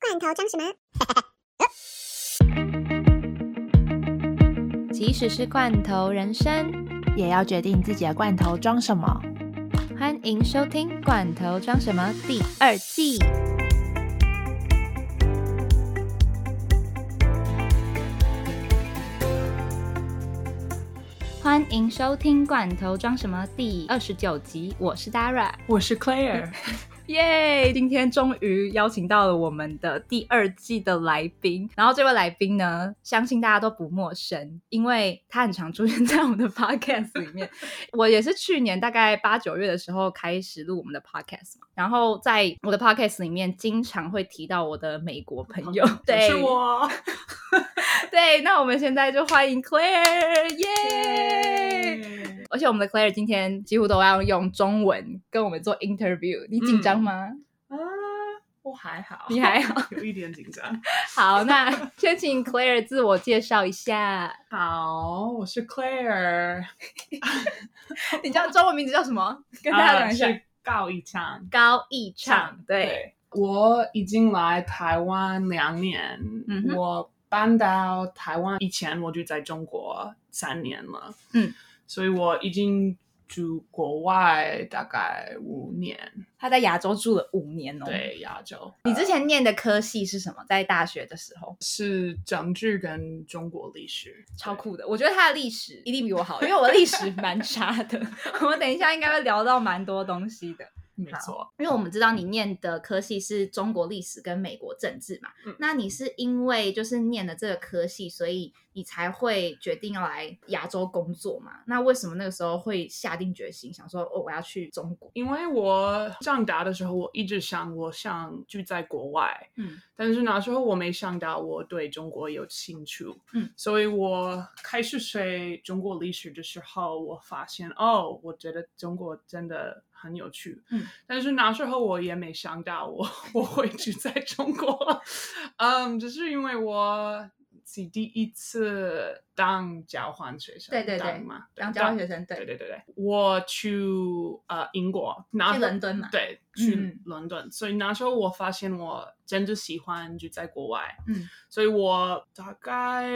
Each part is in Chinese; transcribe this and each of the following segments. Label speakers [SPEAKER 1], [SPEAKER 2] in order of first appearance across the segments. [SPEAKER 1] 罐头装什么？
[SPEAKER 2] 即使是罐头人生，
[SPEAKER 3] 也要决定自己的罐头装什么。
[SPEAKER 2] 欢迎收听《罐头装什么》第二季。欢迎收听《罐头装什么》第二十九集，我是 Dara。
[SPEAKER 4] 我是 Claire，耶今天终于邀请到了我们的第二季的来宾，然后这位来宾呢，相信大家都不陌生，因为他很常出现在我们的 podcast 里面。 我也是去年大概八九月的时候开始录我们的 podcast 嘛，然后在我的 podcast 里面经常会提到我的美国朋友，哦对，是 我。
[SPEAKER 2] 对，那我们现在就欢迎 Claire，耶、而且我们的 Claire 今天几乎都要用中文跟我们做 interview，你紧张吗？
[SPEAKER 4] 啊，我还好，
[SPEAKER 2] 你还好，
[SPEAKER 4] 有一点紧张。
[SPEAKER 2] 好，那 先请 Claire 自我介绍一下。
[SPEAKER 4] 好，我是 Claire，
[SPEAKER 2] 你叫中文名字叫什么？跟大家讲一下。
[SPEAKER 4] 啊是告一唱。
[SPEAKER 2] 高义畅，对，
[SPEAKER 4] 我已经来台湾两年，
[SPEAKER 2] 嗯哼
[SPEAKER 4] 我搬到台湾以前我就在中国三年了，
[SPEAKER 2] 嗯，
[SPEAKER 4] 所以我已经住国外大概五年，
[SPEAKER 2] 他在亚洲住了五年哦。，
[SPEAKER 4] 对亚洲。
[SPEAKER 2] 你之前念的科系是什么？在大学的时候，
[SPEAKER 4] 是政治跟中国历史，
[SPEAKER 2] 超酷的。我觉得他的历史一定比我好，因为我历史蛮差 的。我们等一下应该会聊到蛮多东西的。
[SPEAKER 4] 对，没错。
[SPEAKER 2] 因为我们知道你念的科系是中国历史跟美国政治嘛，
[SPEAKER 4] 嗯
[SPEAKER 2] 那你是因为就是念了这个科系，所以你才会决定要来亚洲工作嘛？那为什么那个时候会下定决心想说哦我要去中国？
[SPEAKER 4] 因为我长大的时候，我一直想我想住在国外，
[SPEAKER 2] 嗯，
[SPEAKER 4] 但是那时候我没想到我对中国有兴趣，
[SPEAKER 2] 嗯，
[SPEAKER 4] 所以我开始学中国历史的时候，我发现哦，我觉得中国真的很有趣，
[SPEAKER 2] 嗯，
[SPEAKER 4] 但是那时候我也没想到我 我会住在中国，嗯，只是因为我自己第一次当交换学生，
[SPEAKER 2] 对对对
[SPEAKER 4] 当嘛，
[SPEAKER 2] 当交换学生，
[SPEAKER 4] 对
[SPEAKER 2] 对，
[SPEAKER 4] 对对对，我去呃英国，然后
[SPEAKER 2] 去伦敦嘛
[SPEAKER 4] 对，
[SPEAKER 2] 嗯
[SPEAKER 4] 去伦敦，所以那时候我发现我真的喜欢就在国外，
[SPEAKER 2] 嗯，
[SPEAKER 4] 所以我大概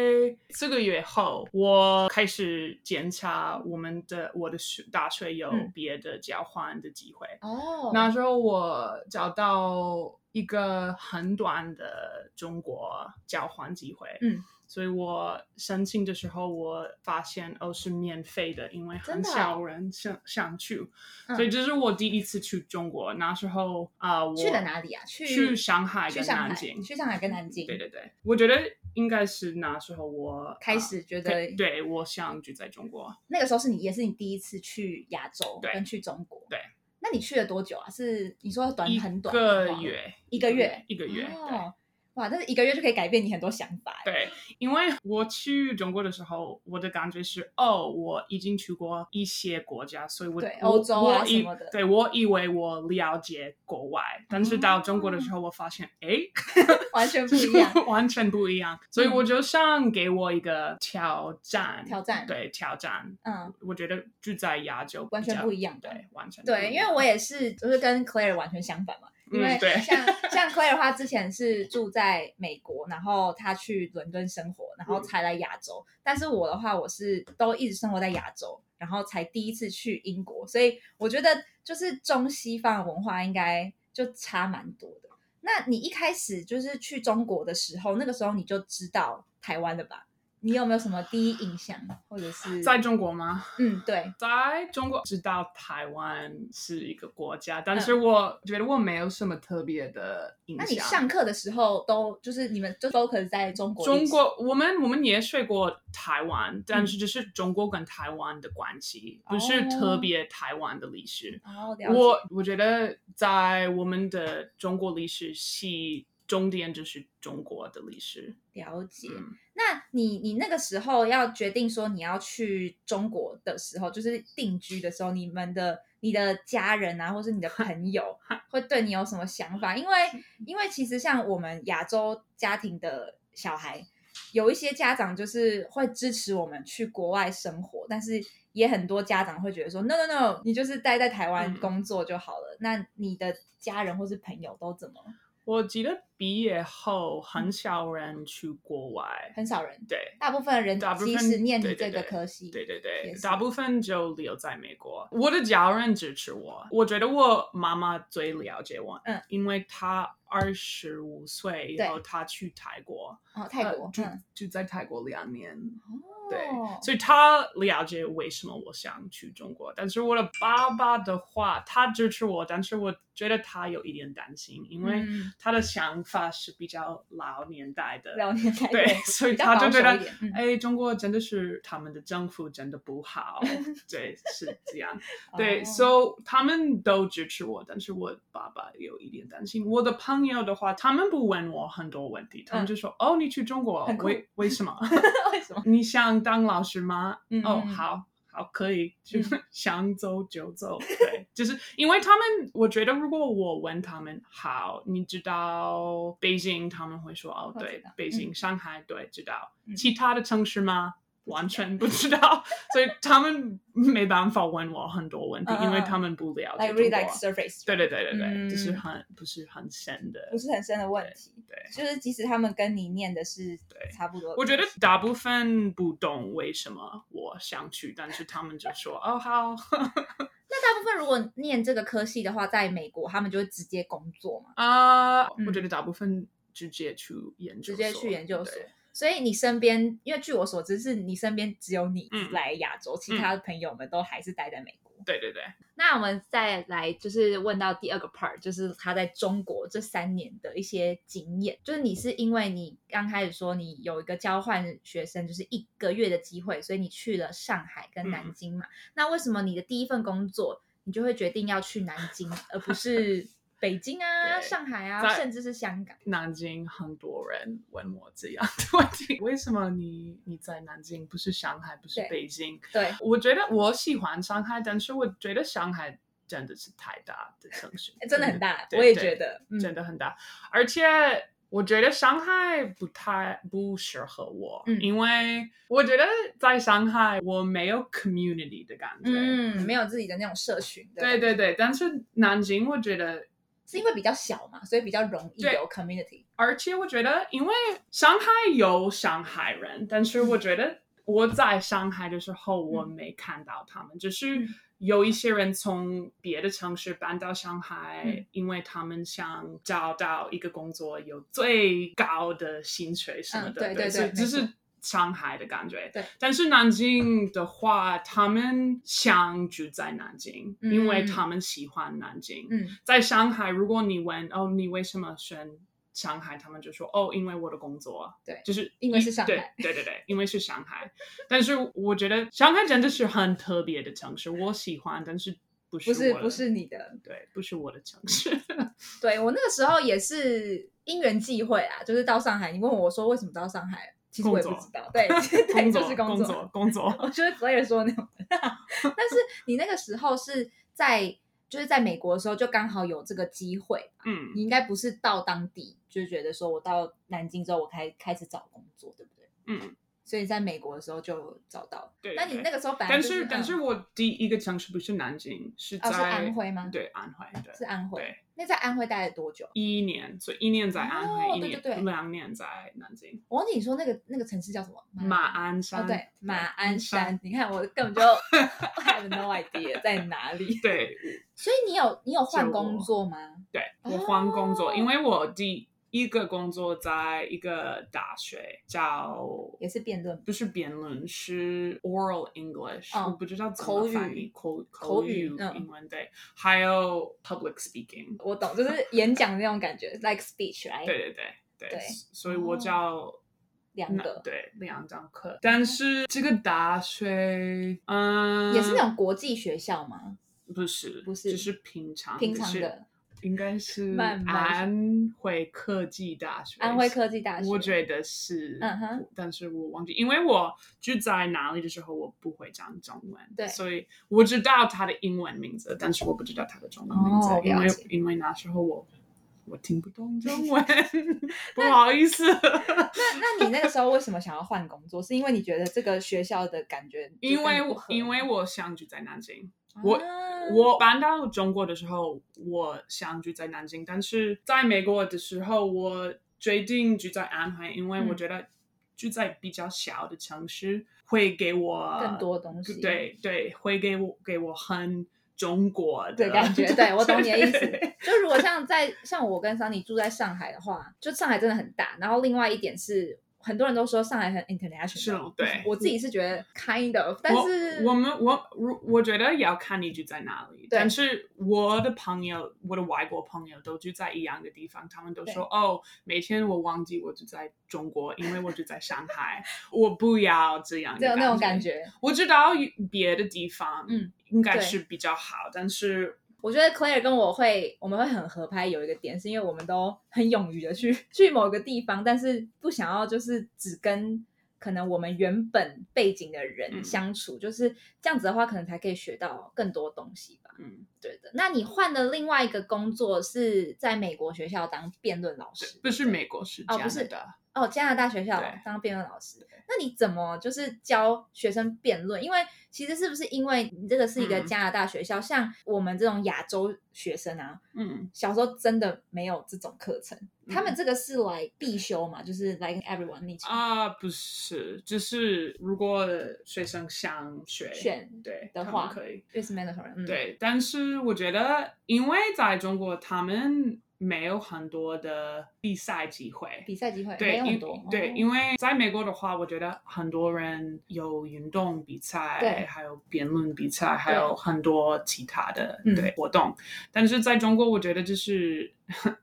[SPEAKER 4] 四个月后，我开始检查我们的我的学大学有
[SPEAKER 2] 嗯
[SPEAKER 4] 别的交换的机会，
[SPEAKER 2] 哦
[SPEAKER 4] 那时候我找到一个很短的中国交换机会，
[SPEAKER 2] 嗯，
[SPEAKER 4] 所以我申请的时候，我发现哦是免费的，因为
[SPEAKER 2] 真
[SPEAKER 4] 很
[SPEAKER 2] 的啊
[SPEAKER 4] 少人想想去，
[SPEAKER 2] 嗯
[SPEAKER 4] 所以这是我第一次去中国。那时候啊、我
[SPEAKER 2] 去了哪里啊？去
[SPEAKER 4] 去上海
[SPEAKER 2] 去
[SPEAKER 4] 跟
[SPEAKER 2] 上
[SPEAKER 4] 南
[SPEAKER 2] 海，
[SPEAKER 4] 京。
[SPEAKER 2] 去上海跟南京，
[SPEAKER 4] 对对对，我觉得应该是那时候我
[SPEAKER 2] 开始觉
[SPEAKER 4] 啊
[SPEAKER 2] 得
[SPEAKER 4] 对对我想就在中国。
[SPEAKER 2] 那个时候是你也是你第一次去亚洲
[SPEAKER 4] 对
[SPEAKER 2] 跟去中国，
[SPEAKER 4] 对。
[SPEAKER 2] 那你去了多久啊？是你说短
[SPEAKER 4] 一
[SPEAKER 2] 很短的
[SPEAKER 4] 个
[SPEAKER 2] 话
[SPEAKER 4] 月，
[SPEAKER 2] 一个月，
[SPEAKER 4] 一个月，对。
[SPEAKER 2] 哦，哇，但是一个月就可以改变你很多想法。，
[SPEAKER 4] 对，因为我去中国的时候，我的感觉是，哦，我已经去过一些国家，所以我
[SPEAKER 2] 对
[SPEAKER 4] 我
[SPEAKER 2] 欧洲啊
[SPEAKER 4] 我以
[SPEAKER 2] 什么的
[SPEAKER 4] 对我以为我了解国外，但是到中国的时候，我发现，哎、
[SPEAKER 2] 完全嗯 不
[SPEAKER 4] 就
[SPEAKER 2] 一
[SPEAKER 4] 是
[SPEAKER 2] 样嗯
[SPEAKER 4] 完全不一样。所以我就想给我一个挑战，
[SPEAKER 2] 挑战。，
[SPEAKER 4] 对挑战，
[SPEAKER 2] 嗯，
[SPEAKER 4] 我觉得住在亚洲比
[SPEAKER 2] 完全
[SPEAKER 4] 较
[SPEAKER 2] 不一样的
[SPEAKER 4] 对，完全不
[SPEAKER 2] 对，因
[SPEAKER 4] 一
[SPEAKER 2] 为
[SPEAKER 4] 样
[SPEAKER 2] 我也是，就是跟 Claire 完全相反嘛。因为
[SPEAKER 4] 嗯对
[SPEAKER 2] 像像 Claire 的话，之前是住在美国，然后她去伦敦生活，然
[SPEAKER 4] 嗯
[SPEAKER 2] 后才来亚洲。但是我的话，我是都一直生活在亚洲，然后才第一次去英国，所以我觉得就是中西方文化应该就差蛮多的。那你一开始就是去中国的时候，那个时候你就知道台湾了吧？你有没有什么第一印象，或者是
[SPEAKER 4] 在中国吗？
[SPEAKER 2] 嗯对
[SPEAKER 4] 在中国知道台湾是一个国家，但是我觉得我没有什么特别的印
[SPEAKER 2] 嗯
[SPEAKER 4] 象。
[SPEAKER 2] 那你上课的时候都就是你们就 focus 在中国历
[SPEAKER 4] 中
[SPEAKER 2] 史嗯
[SPEAKER 4] 国，我们我们也学过台湾，但是就是中国跟台湾的关系，不是
[SPEAKER 2] 哦
[SPEAKER 4] 特别台湾的历史。
[SPEAKER 2] 哦，了解
[SPEAKER 4] 我我觉得在我们的中国历史系重点就是中国的历史。
[SPEAKER 2] 了解。
[SPEAKER 4] 嗯
[SPEAKER 2] 那你你那个时候要决定说你要去中国的时候，就是定居的时候，你们的你的家人啊，或是你的朋友会对你有什么想法？因为因为其实像我们亚洲家庭的小孩，有一些家长就是会支持我们去国外生活，但是也很多家长会觉得说，no no no，你就是待在台湾
[SPEAKER 4] 嗯
[SPEAKER 2] 工作就好了。那你的家人或是朋友都怎么
[SPEAKER 4] 我记得毕业后
[SPEAKER 2] 嗯
[SPEAKER 4] 很少人去国外，
[SPEAKER 2] 很少人，
[SPEAKER 4] 对
[SPEAKER 2] 大部分人
[SPEAKER 4] 大部分
[SPEAKER 2] 即使念你
[SPEAKER 4] 对对
[SPEAKER 2] 这个
[SPEAKER 4] 对
[SPEAKER 2] 科系，
[SPEAKER 4] 对对对
[SPEAKER 2] 也，是
[SPEAKER 4] 大部分就留在美国。我的家人支持我，我觉得我妈妈最了解我，
[SPEAKER 2] 嗯，
[SPEAKER 4] 因为她二十五岁以
[SPEAKER 2] 对
[SPEAKER 4] 后，她去泰国，
[SPEAKER 2] 哦，泰国
[SPEAKER 4] 呃，住
[SPEAKER 2] 嗯，
[SPEAKER 4] 住在泰国两年，
[SPEAKER 2] 哦
[SPEAKER 4] 对，所以她了解为什么我想去中国。但是我的爸爸的话，他支持我，但是我觉得他有一点担心，因为
[SPEAKER 2] 嗯
[SPEAKER 4] 他的想法是比较老年代的，
[SPEAKER 2] 聊天泰国
[SPEAKER 4] 对，所以
[SPEAKER 2] 比较
[SPEAKER 4] 他就
[SPEAKER 2] 保
[SPEAKER 4] 觉
[SPEAKER 2] 守
[SPEAKER 4] 得
[SPEAKER 2] 一点嗯，
[SPEAKER 4] 哎，中国真的是他们的政府真的 不好，对，是这样，对，
[SPEAKER 2] 哦
[SPEAKER 4] 所以他们都支持我，但是我爸爸有一点担心。我的朋友的话，他们不问我很多问题，他
[SPEAKER 2] 嗯
[SPEAKER 4] 们就说，哦，你去中国
[SPEAKER 2] 很酷
[SPEAKER 4] 为为什么？
[SPEAKER 2] 为什么？
[SPEAKER 4] 你想当老师吗？
[SPEAKER 2] 嗯
[SPEAKER 4] 哦，
[SPEAKER 2] 嗯嗯
[SPEAKER 4] 好。好，可以，就
[SPEAKER 2] 嗯
[SPEAKER 4] 想走就走，对，就是因为他们，我觉得如果我问他们，好，你知道北京，他们会说哦，
[SPEAKER 2] 我知
[SPEAKER 4] 对
[SPEAKER 2] 道，
[SPEAKER 4] 北
[SPEAKER 2] 嗯
[SPEAKER 4] 京、上海，对，知道，
[SPEAKER 2] 嗯
[SPEAKER 4] 其他的城市吗？完全不知道， 所以他们没办法问我很多问题，
[SPEAKER 2] 嗯嗯
[SPEAKER 4] 因为
[SPEAKER 2] 嗯
[SPEAKER 4] 他们不了解
[SPEAKER 2] like
[SPEAKER 4] 中国。啊
[SPEAKER 2] really like surface，
[SPEAKER 4] 对对对对对，
[SPEAKER 2] 嗯
[SPEAKER 4] 就是很不是很深的，
[SPEAKER 2] 不是很深的问题。
[SPEAKER 4] 对，
[SPEAKER 2] 就是即使他们跟你念的是
[SPEAKER 4] 对
[SPEAKER 2] 差不多的
[SPEAKER 4] 我
[SPEAKER 2] 东西，
[SPEAKER 4] 觉得大部分不懂为什么我想去，但是他们就说哦好，
[SPEAKER 2] 那大部分如果念这个科系的话，在美国他们就会直接工作嘛，
[SPEAKER 4] 啊、
[SPEAKER 2] 嗯
[SPEAKER 4] 我觉得大部分直接去研究
[SPEAKER 2] 直
[SPEAKER 4] 所，
[SPEAKER 2] 接去研究所
[SPEAKER 4] 对。
[SPEAKER 2] 所以你身边，因为据我所知，是你身边只有你
[SPEAKER 4] 嗯
[SPEAKER 2] 来亚洲，其他的朋友们都还是待在美国。
[SPEAKER 4] 对对对，
[SPEAKER 2] 那我们再来就是问到第二个 part，就是他在中国这三年的一些经验。就是你是因为你刚开始说你有一个交换学生，就是一个月的机会，所以你去了上海跟
[SPEAKER 4] 嗯
[SPEAKER 2] 南京嘛。那为什么你的第一份工作，你就会决定要去南京，而不是 北京啊、
[SPEAKER 4] 对
[SPEAKER 2] 上海啊，
[SPEAKER 4] 在
[SPEAKER 2] 甚至是香港？
[SPEAKER 4] 南京很多人问我这样的问题， 为什么你你在南京，不是上海，不是
[SPEAKER 2] 对
[SPEAKER 4] 北京？
[SPEAKER 2] 对，，
[SPEAKER 4] 我觉得我喜欢上海，但是我觉得上海真的是太大的城市
[SPEAKER 2] 真的很大，
[SPEAKER 4] 嗯对
[SPEAKER 2] 我也
[SPEAKER 4] 对
[SPEAKER 2] 觉得，嗯，
[SPEAKER 4] 真的很大，而且我觉得上海不太不适合我，
[SPEAKER 2] 嗯
[SPEAKER 4] 因为我觉得在上海我没有 community 的感觉，
[SPEAKER 2] 嗯，没有自己的那种社群的，
[SPEAKER 4] 对对对，但是南京我觉得，
[SPEAKER 2] 是因为比较小嘛，所以比较容易
[SPEAKER 4] 对
[SPEAKER 2] 有 community。
[SPEAKER 4] 而且我觉得，因为上海有上海人，但是
[SPEAKER 2] 嗯
[SPEAKER 4] 我觉得我在上海的时候我没看到他们，只是
[SPEAKER 2] 嗯
[SPEAKER 4] 有一些人从别的城市搬到上海，
[SPEAKER 2] 嗯
[SPEAKER 4] 因为他们想找到一个工作，有最高的薪水什么
[SPEAKER 2] 嗯对
[SPEAKER 4] 的，
[SPEAKER 2] 对
[SPEAKER 4] 所以
[SPEAKER 2] 对
[SPEAKER 4] 这
[SPEAKER 2] 没
[SPEAKER 4] 是
[SPEAKER 2] 错。
[SPEAKER 4] 上海的感觉，
[SPEAKER 2] 对
[SPEAKER 4] 但是南京的话，他们想住在南京，
[SPEAKER 2] 嗯
[SPEAKER 4] 因为他们喜欢南京。
[SPEAKER 2] 嗯，
[SPEAKER 4] 在上海，如果你问哦，你为什么选上海，他们就说哦，因为我的工作，
[SPEAKER 2] 对
[SPEAKER 4] 就是
[SPEAKER 2] 因为是上海
[SPEAKER 4] 对，对对对，因为是上海。但是我觉得上海真的是很特别的城市，我喜欢，但是不
[SPEAKER 2] 不
[SPEAKER 4] 是
[SPEAKER 2] 是
[SPEAKER 4] 我的
[SPEAKER 2] 不是你的，
[SPEAKER 4] 对，不是我的城市。
[SPEAKER 2] 对我那个时候也是因缘际会啊，就是到上海，你问我说为什么到上海，其实我也不
[SPEAKER 4] 工作
[SPEAKER 2] 知道，对， 对，
[SPEAKER 4] 工
[SPEAKER 2] 就
[SPEAKER 4] 作
[SPEAKER 2] 是
[SPEAKER 4] 工
[SPEAKER 2] 作，
[SPEAKER 4] 作工作，
[SPEAKER 2] 我就是所以说那种。但是你那个时候是在就是在美国的时候，就刚好有这个机会吧，
[SPEAKER 4] 嗯，
[SPEAKER 2] 你应该不是到当地就觉得说我到南京之后我开开始找工作，对不对？
[SPEAKER 4] 嗯，
[SPEAKER 2] 所以在美国的时候就找到了。
[SPEAKER 4] 对。
[SPEAKER 2] 那你那
[SPEAKER 4] 个，
[SPEAKER 2] 个时候本来
[SPEAKER 4] 但
[SPEAKER 2] 就是
[SPEAKER 4] 但是
[SPEAKER 2] 嗯
[SPEAKER 4] 我第一个城市不是南京，是在
[SPEAKER 2] 哦是安徽吗
[SPEAKER 4] 对，安徽对。
[SPEAKER 2] 是安徽
[SPEAKER 4] 对，
[SPEAKER 2] 那在安徽待了多久？
[SPEAKER 4] 一年，所以一年在安徽，
[SPEAKER 2] 哦
[SPEAKER 4] 一
[SPEAKER 2] 对
[SPEAKER 4] 年
[SPEAKER 2] 对对
[SPEAKER 4] 两年在南京，
[SPEAKER 2] 我忘记你说那个那个城市叫什么？
[SPEAKER 4] 马鞍山。嗯
[SPEAKER 2] 哦，对，马鞍
[SPEAKER 4] 山
[SPEAKER 2] 山，你看我根本就 I have no idea 在哪里。
[SPEAKER 4] 对，
[SPEAKER 2] 所以你有你有换
[SPEAKER 4] 就
[SPEAKER 2] 工作吗？
[SPEAKER 4] 对
[SPEAKER 2] 哦
[SPEAKER 4] 我换工作，因为我第一个工作在一个大学叫
[SPEAKER 2] 也是辩论
[SPEAKER 4] 不是辩论是 oral English，、
[SPEAKER 2] 哦
[SPEAKER 4] 我不知道怎么翻译口
[SPEAKER 2] 口语
[SPEAKER 4] 语
[SPEAKER 2] 嗯
[SPEAKER 4] 英文对，还有 public speaking，
[SPEAKER 2] 我懂，就是演讲的那种感觉，like speech，right？
[SPEAKER 4] 对对对对，
[SPEAKER 2] 对哦
[SPEAKER 4] 所以我叫。
[SPEAKER 2] 两
[SPEAKER 4] 那
[SPEAKER 2] 个
[SPEAKER 4] 对两堂课，但是这个大学，嗯，
[SPEAKER 2] 也是那种国际学校吗？
[SPEAKER 4] 不是
[SPEAKER 2] 不是
[SPEAKER 4] 只是平常
[SPEAKER 2] 平常
[SPEAKER 4] 是
[SPEAKER 2] 的
[SPEAKER 4] 应该是
[SPEAKER 2] 慢慢
[SPEAKER 4] 安徽科技大学，
[SPEAKER 2] 安徽科技大学
[SPEAKER 4] 我觉得是，
[SPEAKER 2] 嗯哼
[SPEAKER 4] 但是我忘记，因为我住在哪里的时候，我不会讲中文，
[SPEAKER 2] 对
[SPEAKER 4] 所以我知道他的英文名字，但是我不知道他的中文名字，
[SPEAKER 2] 哦
[SPEAKER 4] 因
[SPEAKER 2] 了
[SPEAKER 4] 为
[SPEAKER 2] 解
[SPEAKER 4] 因为那时候我我听不 懂中文， 不好意思。
[SPEAKER 2] 那那你那个时候为什么想要换工作？是因为你觉得这个学校的感觉就跟你
[SPEAKER 4] 因为
[SPEAKER 2] 不
[SPEAKER 4] 我
[SPEAKER 2] 合
[SPEAKER 4] 因为
[SPEAKER 2] 吗
[SPEAKER 4] 我想住在南京，我
[SPEAKER 2] 啊
[SPEAKER 4] 我嗯搬到中国的时候，我想住在南京，但是在美国的时候，我决定住在安徽，因为
[SPEAKER 2] 嗯
[SPEAKER 4] 我觉得住在比较小的城市会给我
[SPEAKER 2] 更多东西
[SPEAKER 4] 对对，会给我给我很中国的
[SPEAKER 2] 的感觉，对我懂你的意思
[SPEAKER 4] 对。
[SPEAKER 2] 就如果像在像我跟桑尼住在上海的话，就上海真的很大。然后另外一点是，很多人都说上海很 international，
[SPEAKER 4] 是哦对
[SPEAKER 2] 我自己是觉得 kind of，但是
[SPEAKER 4] 我我们我我我觉得要看你住在哪里，但是我的朋友，我的外国朋友都住在一样的地方，他们都说哦，每天我忘记我住在中国，因为我住在上 海，我不要这样，
[SPEAKER 2] 只有那种感。觉。
[SPEAKER 4] 我知道别的地方，
[SPEAKER 2] 嗯，
[SPEAKER 4] 应该
[SPEAKER 2] 对
[SPEAKER 4] 是比较好，但是
[SPEAKER 2] 我觉得 Claire 跟我会，我们会很合拍，有一个点是因为我们都很勇于的去 去某个地方，但是不想要就是只跟可能我们原本背景的人
[SPEAKER 4] 嗯
[SPEAKER 2] 相处，就是这样子的话，可能才可以学到更多东西吧。
[SPEAKER 4] 嗯，
[SPEAKER 2] 对的。那你换的另外一个工作是在美国学校当辩论老师
[SPEAKER 4] 不是美国是
[SPEAKER 2] 哦
[SPEAKER 4] 这
[SPEAKER 2] 不
[SPEAKER 4] 样
[SPEAKER 2] 是
[SPEAKER 4] 的，
[SPEAKER 2] 哦，加拿大学校
[SPEAKER 4] 对
[SPEAKER 2] 当辩论老师。那你怎么就是教学生辩论？因为其实是不是因为你这个是一个
[SPEAKER 4] 嗯
[SPEAKER 2] 加拿大学校，像我们这种亚洲学生啊，
[SPEAKER 4] 嗯，
[SPEAKER 2] 小时候真的没有这种课程。
[SPEAKER 4] 嗯
[SPEAKER 2] 他们这个是来必修嘛，就是 like everyone needs to
[SPEAKER 4] 啊，不是，就是如果学生想学，
[SPEAKER 2] 选
[SPEAKER 4] 对
[SPEAKER 2] 的
[SPEAKER 4] 他们
[SPEAKER 2] 话
[SPEAKER 4] 可以。
[SPEAKER 2] is mandatory。嗯，
[SPEAKER 4] 对，但是我觉得，因为在中国，他们没有很多的比赛机会。
[SPEAKER 2] 比赛机会没
[SPEAKER 4] 对，
[SPEAKER 2] 有很
[SPEAKER 4] 因
[SPEAKER 2] 多。
[SPEAKER 4] 对，
[SPEAKER 2] 哦
[SPEAKER 4] 因为在美国的话，我觉得很多人有运动比
[SPEAKER 2] 对
[SPEAKER 4] 赛，还有辩论比赛，还有很多其他的
[SPEAKER 2] 嗯
[SPEAKER 4] 对活动。但是在中国，我觉得就是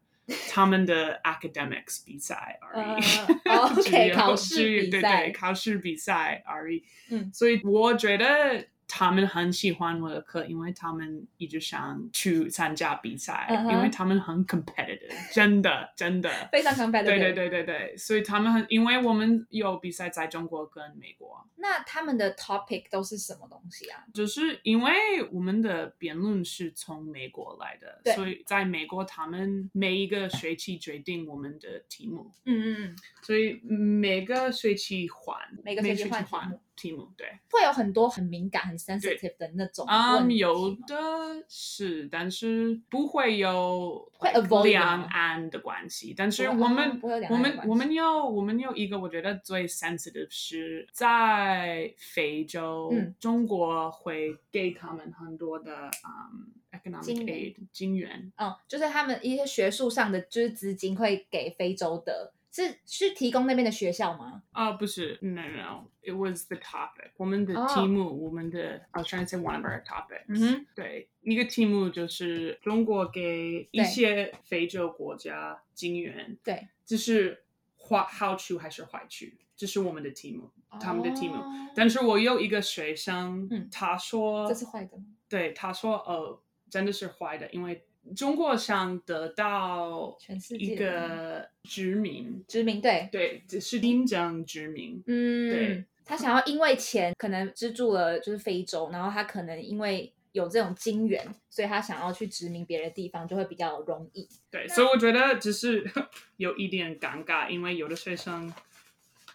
[SPEAKER 4] 他们的 academics 比赛而已。
[SPEAKER 2] 呃
[SPEAKER 4] 只
[SPEAKER 2] ，OK，
[SPEAKER 4] 有
[SPEAKER 2] 考
[SPEAKER 4] 只有
[SPEAKER 2] 试比
[SPEAKER 4] 对
[SPEAKER 2] 赛
[SPEAKER 4] 对，考试比赛而已。
[SPEAKER 2] 嗯
[SPEAKER 4] 所以我觉得他们很喜欢我的课，因为他们一直想去参加比赛
[SPEAKER 2] 嗯哼
[SPEAKER 4] 因为他们很 competitive，真的真的。
[SPEAKER 2] 非常 competitive。
[SPEAKER 4] 对对对对对，所以他们很，因为我们有比赛在中国跟美国，
[SPEAKER 2] 那他们的 topic 都是什么东西啊？
[SPEAKER 4] 只是因为我们的辩论是从美国来
[SPEAKER 2] 对
[SPEAKER 4] 的，所以在美国他们每一个学期决定我们的题目。
[SPEAKER 2] 嗯嗯嗯，
[SPEAKER 4] 所以每个学期换，
[SPEAKER 2] 每个学期
[SPEAKER 4] 期
[SPEAKER 2] 换题目
[SPEAKER 4] 换题目，对。
[SPEAKER 2] 会有很多很敏感、很 sensitive 的那种
[SPEAKER 4] 啊、
[SPEAKER 2] 问题吗
[SPEAKER 4] 有的是，但是不会有
[SPEAKER 2] 会
[SPEAKER 4] like
[SPEAKER 2] avoid
[SPEAKER 4] 两
[SPEAKER 2] 吗
[SPEAKER 4] 岸的关系。但是
[SPEAKER 2] 不会
[SPEAKER 4] 我
[SPEAKER 2] 哦
[SPEAKER 4] 们、
[SPEAKER 2] 不会有两
[SPEAKER 4] 我
[SPEAKER 2] 岸的
[SPEAKER 4] 们
[SPEAKER 2] 关
[SPEAKER 4] 我们
[SPEAKER 2] 系
[SPEAKER 4] 有我们有一个，我觉得最 sensitive 是在非洲，
[SPEAKER 2] 嗯
[SPEAKER 4] 中国会给他们很多的嗯、economic
[SPEAKER 2] 金援
[SPEAKER 4] aid 金元，
[SPEAKER 2] 嗯，就是他们一些学术上的，就是资金会给非洲的，是是提供那边的学校吗？
[SPEAKER 4] 啊、不是，no no no，it was the topic，我们的
[SPEAKER 2] 哦嗯
[SPEAKER 4] 题目我们的 I was trying to say one of our topics，、
[SPEAKER 2] 哼，
[SPEAKER 4] 对，一个题目就是中国给一
[SPEAKER 2] 对
[SPEAKER 4] 些非洲国家金援，
[SPEAKER 2] 对，
[SPEAKER 4] 这是坏好处还是坏处？这是我们的题目，他们的题目。
[SPEAKER 2] 哦
[SPEAKER 4] 但是我有一个学生，
[SPEAKER 2] 嗯
[SPEAKER 4] 他说
[SPEAKER 2] 这是坏的吗
[SPEAKER 4] 对，他说哦，真的是坏的，因为中国想得到
[SPEAKER 2] 全世界
[SPEAKER 4] 一个殖民，
[SPEAKER 2] 殖民对，
[SPEAKER 4] 对，只是新疆殖民，
[SPEAKER 2] 嗯，
[SPEAKER 4] 对，
[SPEAKER 2] 他想要因为钱可能资助了就是非洲，然后他可能因为有这种金源，所以他想要去殖民别的地方就会比较容易。
[SPEAKER 4] 对，所以我觉得只是 有一点尴尬，因为有的学生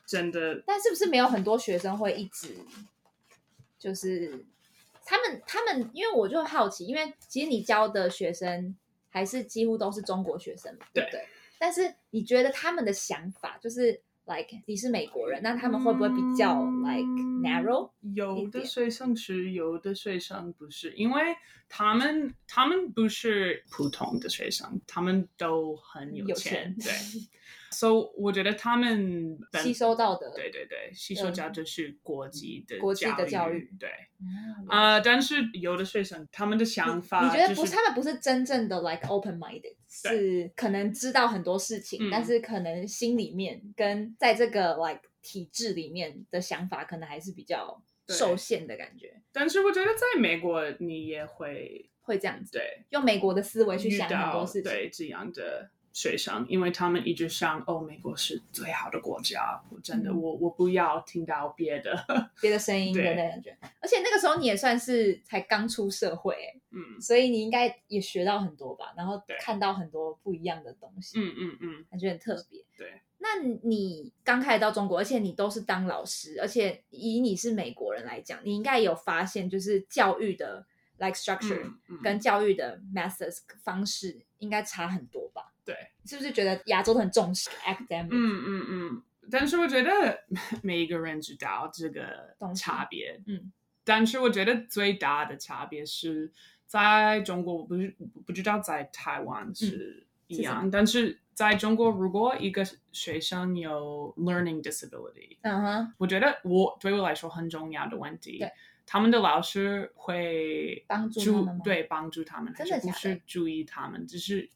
[SPEAKER 4] 真的
[SPEAKER 2] 但是不是没有很多学生会一直就是他们他们，因为我就好奇，因为其实你教的学生还是几乎都是中国学生嘛，对不对？但是你觉得他们的想法就是 like 你是美国人，那他们会不会比较
[SPEAKER 4] 嗯
[SPEAKER 2] like narrow？一
[SPEAKER 4] 有的
[SPEAKER 2] 点
[SPEAKER 4] 学生是，有的学生不是，因为他们他们不是普通的学生，他们都很有
[SPEAKER 2] 有钱
[SPEAKER 4] 钱，对。 所、so, 以我觉得他们本
[SPEAKER 2] 吸收到的，
[SPEAKER 4] 对对对，吸收教就是嗯国际的
[SPEAKER 2] 国际的教育
[SPEAKER 4] 对
[SPEAKER 2] 嗯
[SPEAKER 4] 啊、但是有的学生他们的想法、
[SPEAKER 2] 你
[SPEAKER 4] 啊就是，
[SPEAKER 2] 觉得不是他们不是真正的 like open minded，
[SPEAKER 4] 对
[SPEAKER 2] 是可能知道很多事情，
[SPEAKER 4] 嗯
[SPEAKER 2] 但是可能心里面跟在这个 like 体制里面的想法，可能还是比较
[SPEAKER 4] 对
[SPEAKER 2] 受限的感觉，
[SPEAKER 4] 但是我觉得在美国你也会
[SPEAKER 2] 会这样子
[SPEAKER 4] 对
[SPEAKER 2] 用美国的思维去
[SPEAKER 4] 遇
[SPEAKER 2] 想很
[SPEAKER 4] 到
[SPEAKER 2] 多事情。
[SPEAKER 4] 对这样的学生，因为他们一直想哦，美国是最好的国家，我真的、
[SPEAKER 2] 嗯
[SPEAKER 4] 我我不要听到别的，
[SPEAKER 2] 别的声音的
[SPEAKER 4] 对
[SPEAKER 2] 那感觉，而且那个时候你也算是才刚出社会、欸，
[SPEAKER 4] 嗯
[SPEAKER 2] 所以你应该也学到很多吧，然后
[SPEAKER 4] 对
[SPEAKER 2] 看到很多不一样的东西，
[SPEAKER 4] 嗯嗯嗯，
[SPEAKER 2] 感觉很特别。
[SPEAKER 4] 对，
[SPEAKER 2] 那你刚开始到中国，而且你都是当老师，而且以你是美国人来讲，你应该有发现就是教育的 like structure、
[SPEAKER 4] 嗯嗯
[SPEAKER 2] 跟教育的 methods 方式应该差很多吧？
[SPEAKER 4] 对，
[SPEAKER 2] 是不是觉得亚洲都很重视 academic？、
[SPEAKER 4] 嗯嗯嗯，但是我觉得每一个人知道这个
[SPEAKER 2] 东西
[SPEAKER 4] 差别，
[SPEAKER 2] 嗯，
[SPEAKER 4] 但是我觉得最大的差别是在中国，我不是不知道在台湾是
[SPEAKER 2] 嗯
[SPEAKER 4] 一
[SPEAKER 2] 是什
[SPEAKER 4] 样，但是在中国，如果一个学生有 learning disability，
[SPEAKER 2] 嗯哼，
[SPEAKER 4] 我觉得我对我来说很重要的问题
[SPEAKER 2] 对，
[SPEAKER 4] 他们的老师会
[SPEAKER 2] 帮助
[SPEAKER 4] 注
[SPEAKER 2] 他们吗
[SPEAKER 4] 对帮助他们，还
[SPEAKER 2] 真
[SPEAKER 4] 是
[SPEAKER 2] 的
[SPEAKER 4] 不
[SPEAKER 2] 假的
[SPEAKER 4] 是注意他们，只是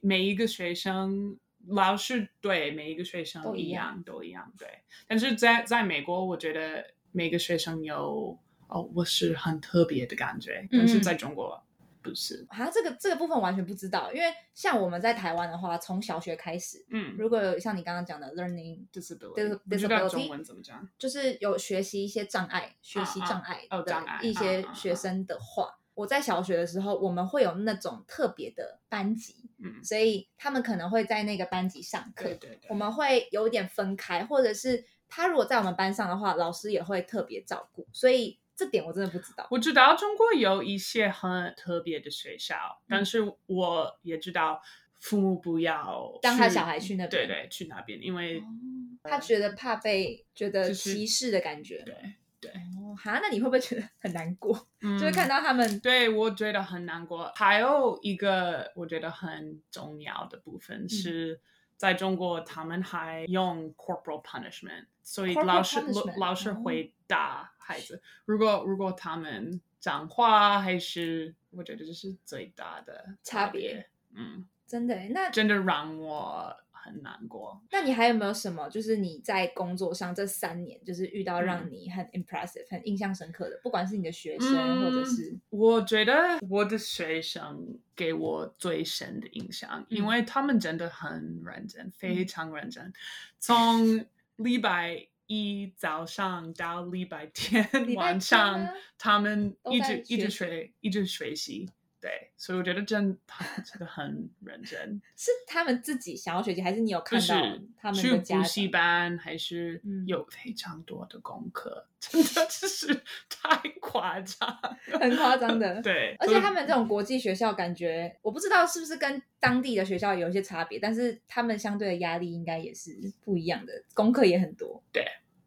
[SPEAKER 4] 每一个学生。老师对每一个学生
[SPEAKER 2] 都一
[SPEAKER 4] 一
[SPEAKER 2] 样
[SPEAKER 4] 样，都一样对。但是在在美国，我觉得每个学生有哦，我是很特别的感觉，但是
[SPEAKER 2] 嗯
[SPEAKER 4] 在中国不是。
[SPEAKER 2] 好像这个这个部分完全不知道，因为像我们在台湾的话，从小学开始，
[SPEAKER 4] 嗯
[SPEAKER 2] 如果有像你刚刚讲的 learning，
[SPEAKER 4] ，disability，
[SPEAKER 2] dis-
[SPEAKER 4] 不知道
[SPEAKER 2] disability
[SPEAKER 4] 中文怎么讲。
[SPEAKER 2] 就是有学习一些障碍、学习障碍
[SPEAKER 4] 啊哦障
[SPEAKER 2] 的
[SPEAKER 4] 碍
[SPEAKER 2] 一些
[SPEAKER 4] 啊啊啊
[SPEAKER 2] 学生的话，我在小学的时候，我们会有那种特别的班级，
[SPEAKER 4] 嗯，
[SPEAKER 2] 所以他们可能会在那个班级上课，
[SPEAKER 4] 对对
[SPEAKER 2] 我
[SPEAKER 4] 对，
[SPEAKER 2] 们会有点分开，或者是他如果在我们班上的话，老师也会特别照顾，所以这点我真的不知道。
[SPEAKER 4] 我知道中国有一些很特别的学校，
[SPEAKER 2] 嗯
[SPEAKER 4] 但是我也知道父母不要
[SPEAKER 2] 让他
[SPEAKER 4] 去
[SPEAKER 2] 小孩去那边
[SPEAKER 4] 对对，去那边，因为
[SPEAKER 2] 哦他觉得怕被觉得
[SPEAKER 4] 就是
[SPEAKER 2] 歧视的感觉。
[SPEAKER 4] 对，
[SPEAKER 2] 哦，哈，那你会不会觉得很难过？
[SPEAKER 4] 嗯
[SPEAKER 2] 就会看到他们
[SPEAKER 4] 对，我觉得很难过。还有一个我觉得很重要的部
[SPEAKER 2] 嗯
[SPEAKER 4] 分是，在中国他们还用 corporal punishment，所以
[SPEAKER 2] Corporal
[SPEAKER 4] 老师
[SPEAKER 2] punishment，
[SPEAKER 4] 老师
[SPEAKER 2] 哦
[SPEAKER 4] 会打孩子。如果如果他们讲话，还是我觉得这是最大的
[SPEAKER 2] 差
[SPEAKER 4] 别
[SPEAKER 2] 别。
[SPEAKER 4] 嗯，
[SPEAKER 2] 真的耶。欸那
[SPEAKER 4] 真的让我很难过。
[SPEAKER 2] 那你还有没有什么，就是你在工作上这三年，就是遇到
[SPEAKER 4] 嗯
[SPEAKER 2] 让你很 impressive、很印象深刻的，不管是你的学生、
[SPEAKER 4] 嗯
[SPEAKER 2] 或者是
[SPEAKER 4] 我觉得我的学生给我最深的影响，
[SPEAKER 2] 嗯
[SPEAKER 4] 因嗯为他们真的很认真，非常认真，从礼拜。一早上到礼拜天
[SPEAKER 2] 礼拜天
[SPEAKER 4] 晚上，
[SPEAKER 2] 啊
[SPEAKER 4] 他们
[SPEAKER 2] 都
[SPEAKER 4] 一
[SPEAKER 2] 在
[SPEAKER 4] 直一直
[SPEAKER 2] 学
[SPEAKER 4] 学，一直学习。对，所以我觉得真他们真 的很认真。
[SPEAKER 2] 是他们自己想要学习，还是你有
[SPEAKER 4] 就
[SPEAKER 2] 看
[SPEAKER 4] 是
[SPEAKER 2] 到他们
[SPEAKER 4] 去
[SPEAKER 2] 的家
[SPEAKER 4] 补习
[SPEAKER 2] 长？
[SPEAKER 4] 班还是
[SPEAKER 2] 嗯
[SPEAKER 4] 有非常多的功课，真的就是太夸张了，
[SPEAKER 2] 很夸张 的
[SPEAKER 4] 对，
[SPEAKER 2] 而
[SPEAKER 4] 所
[SPEAKER 2] 且
[SPEAKER 4] 以
[SPEAKER 2] 他们这种国际学校，感觉我不知道是不是跟当地的学校有一些差别，但是他们相对的压力应该也是不一样的，功课也很多。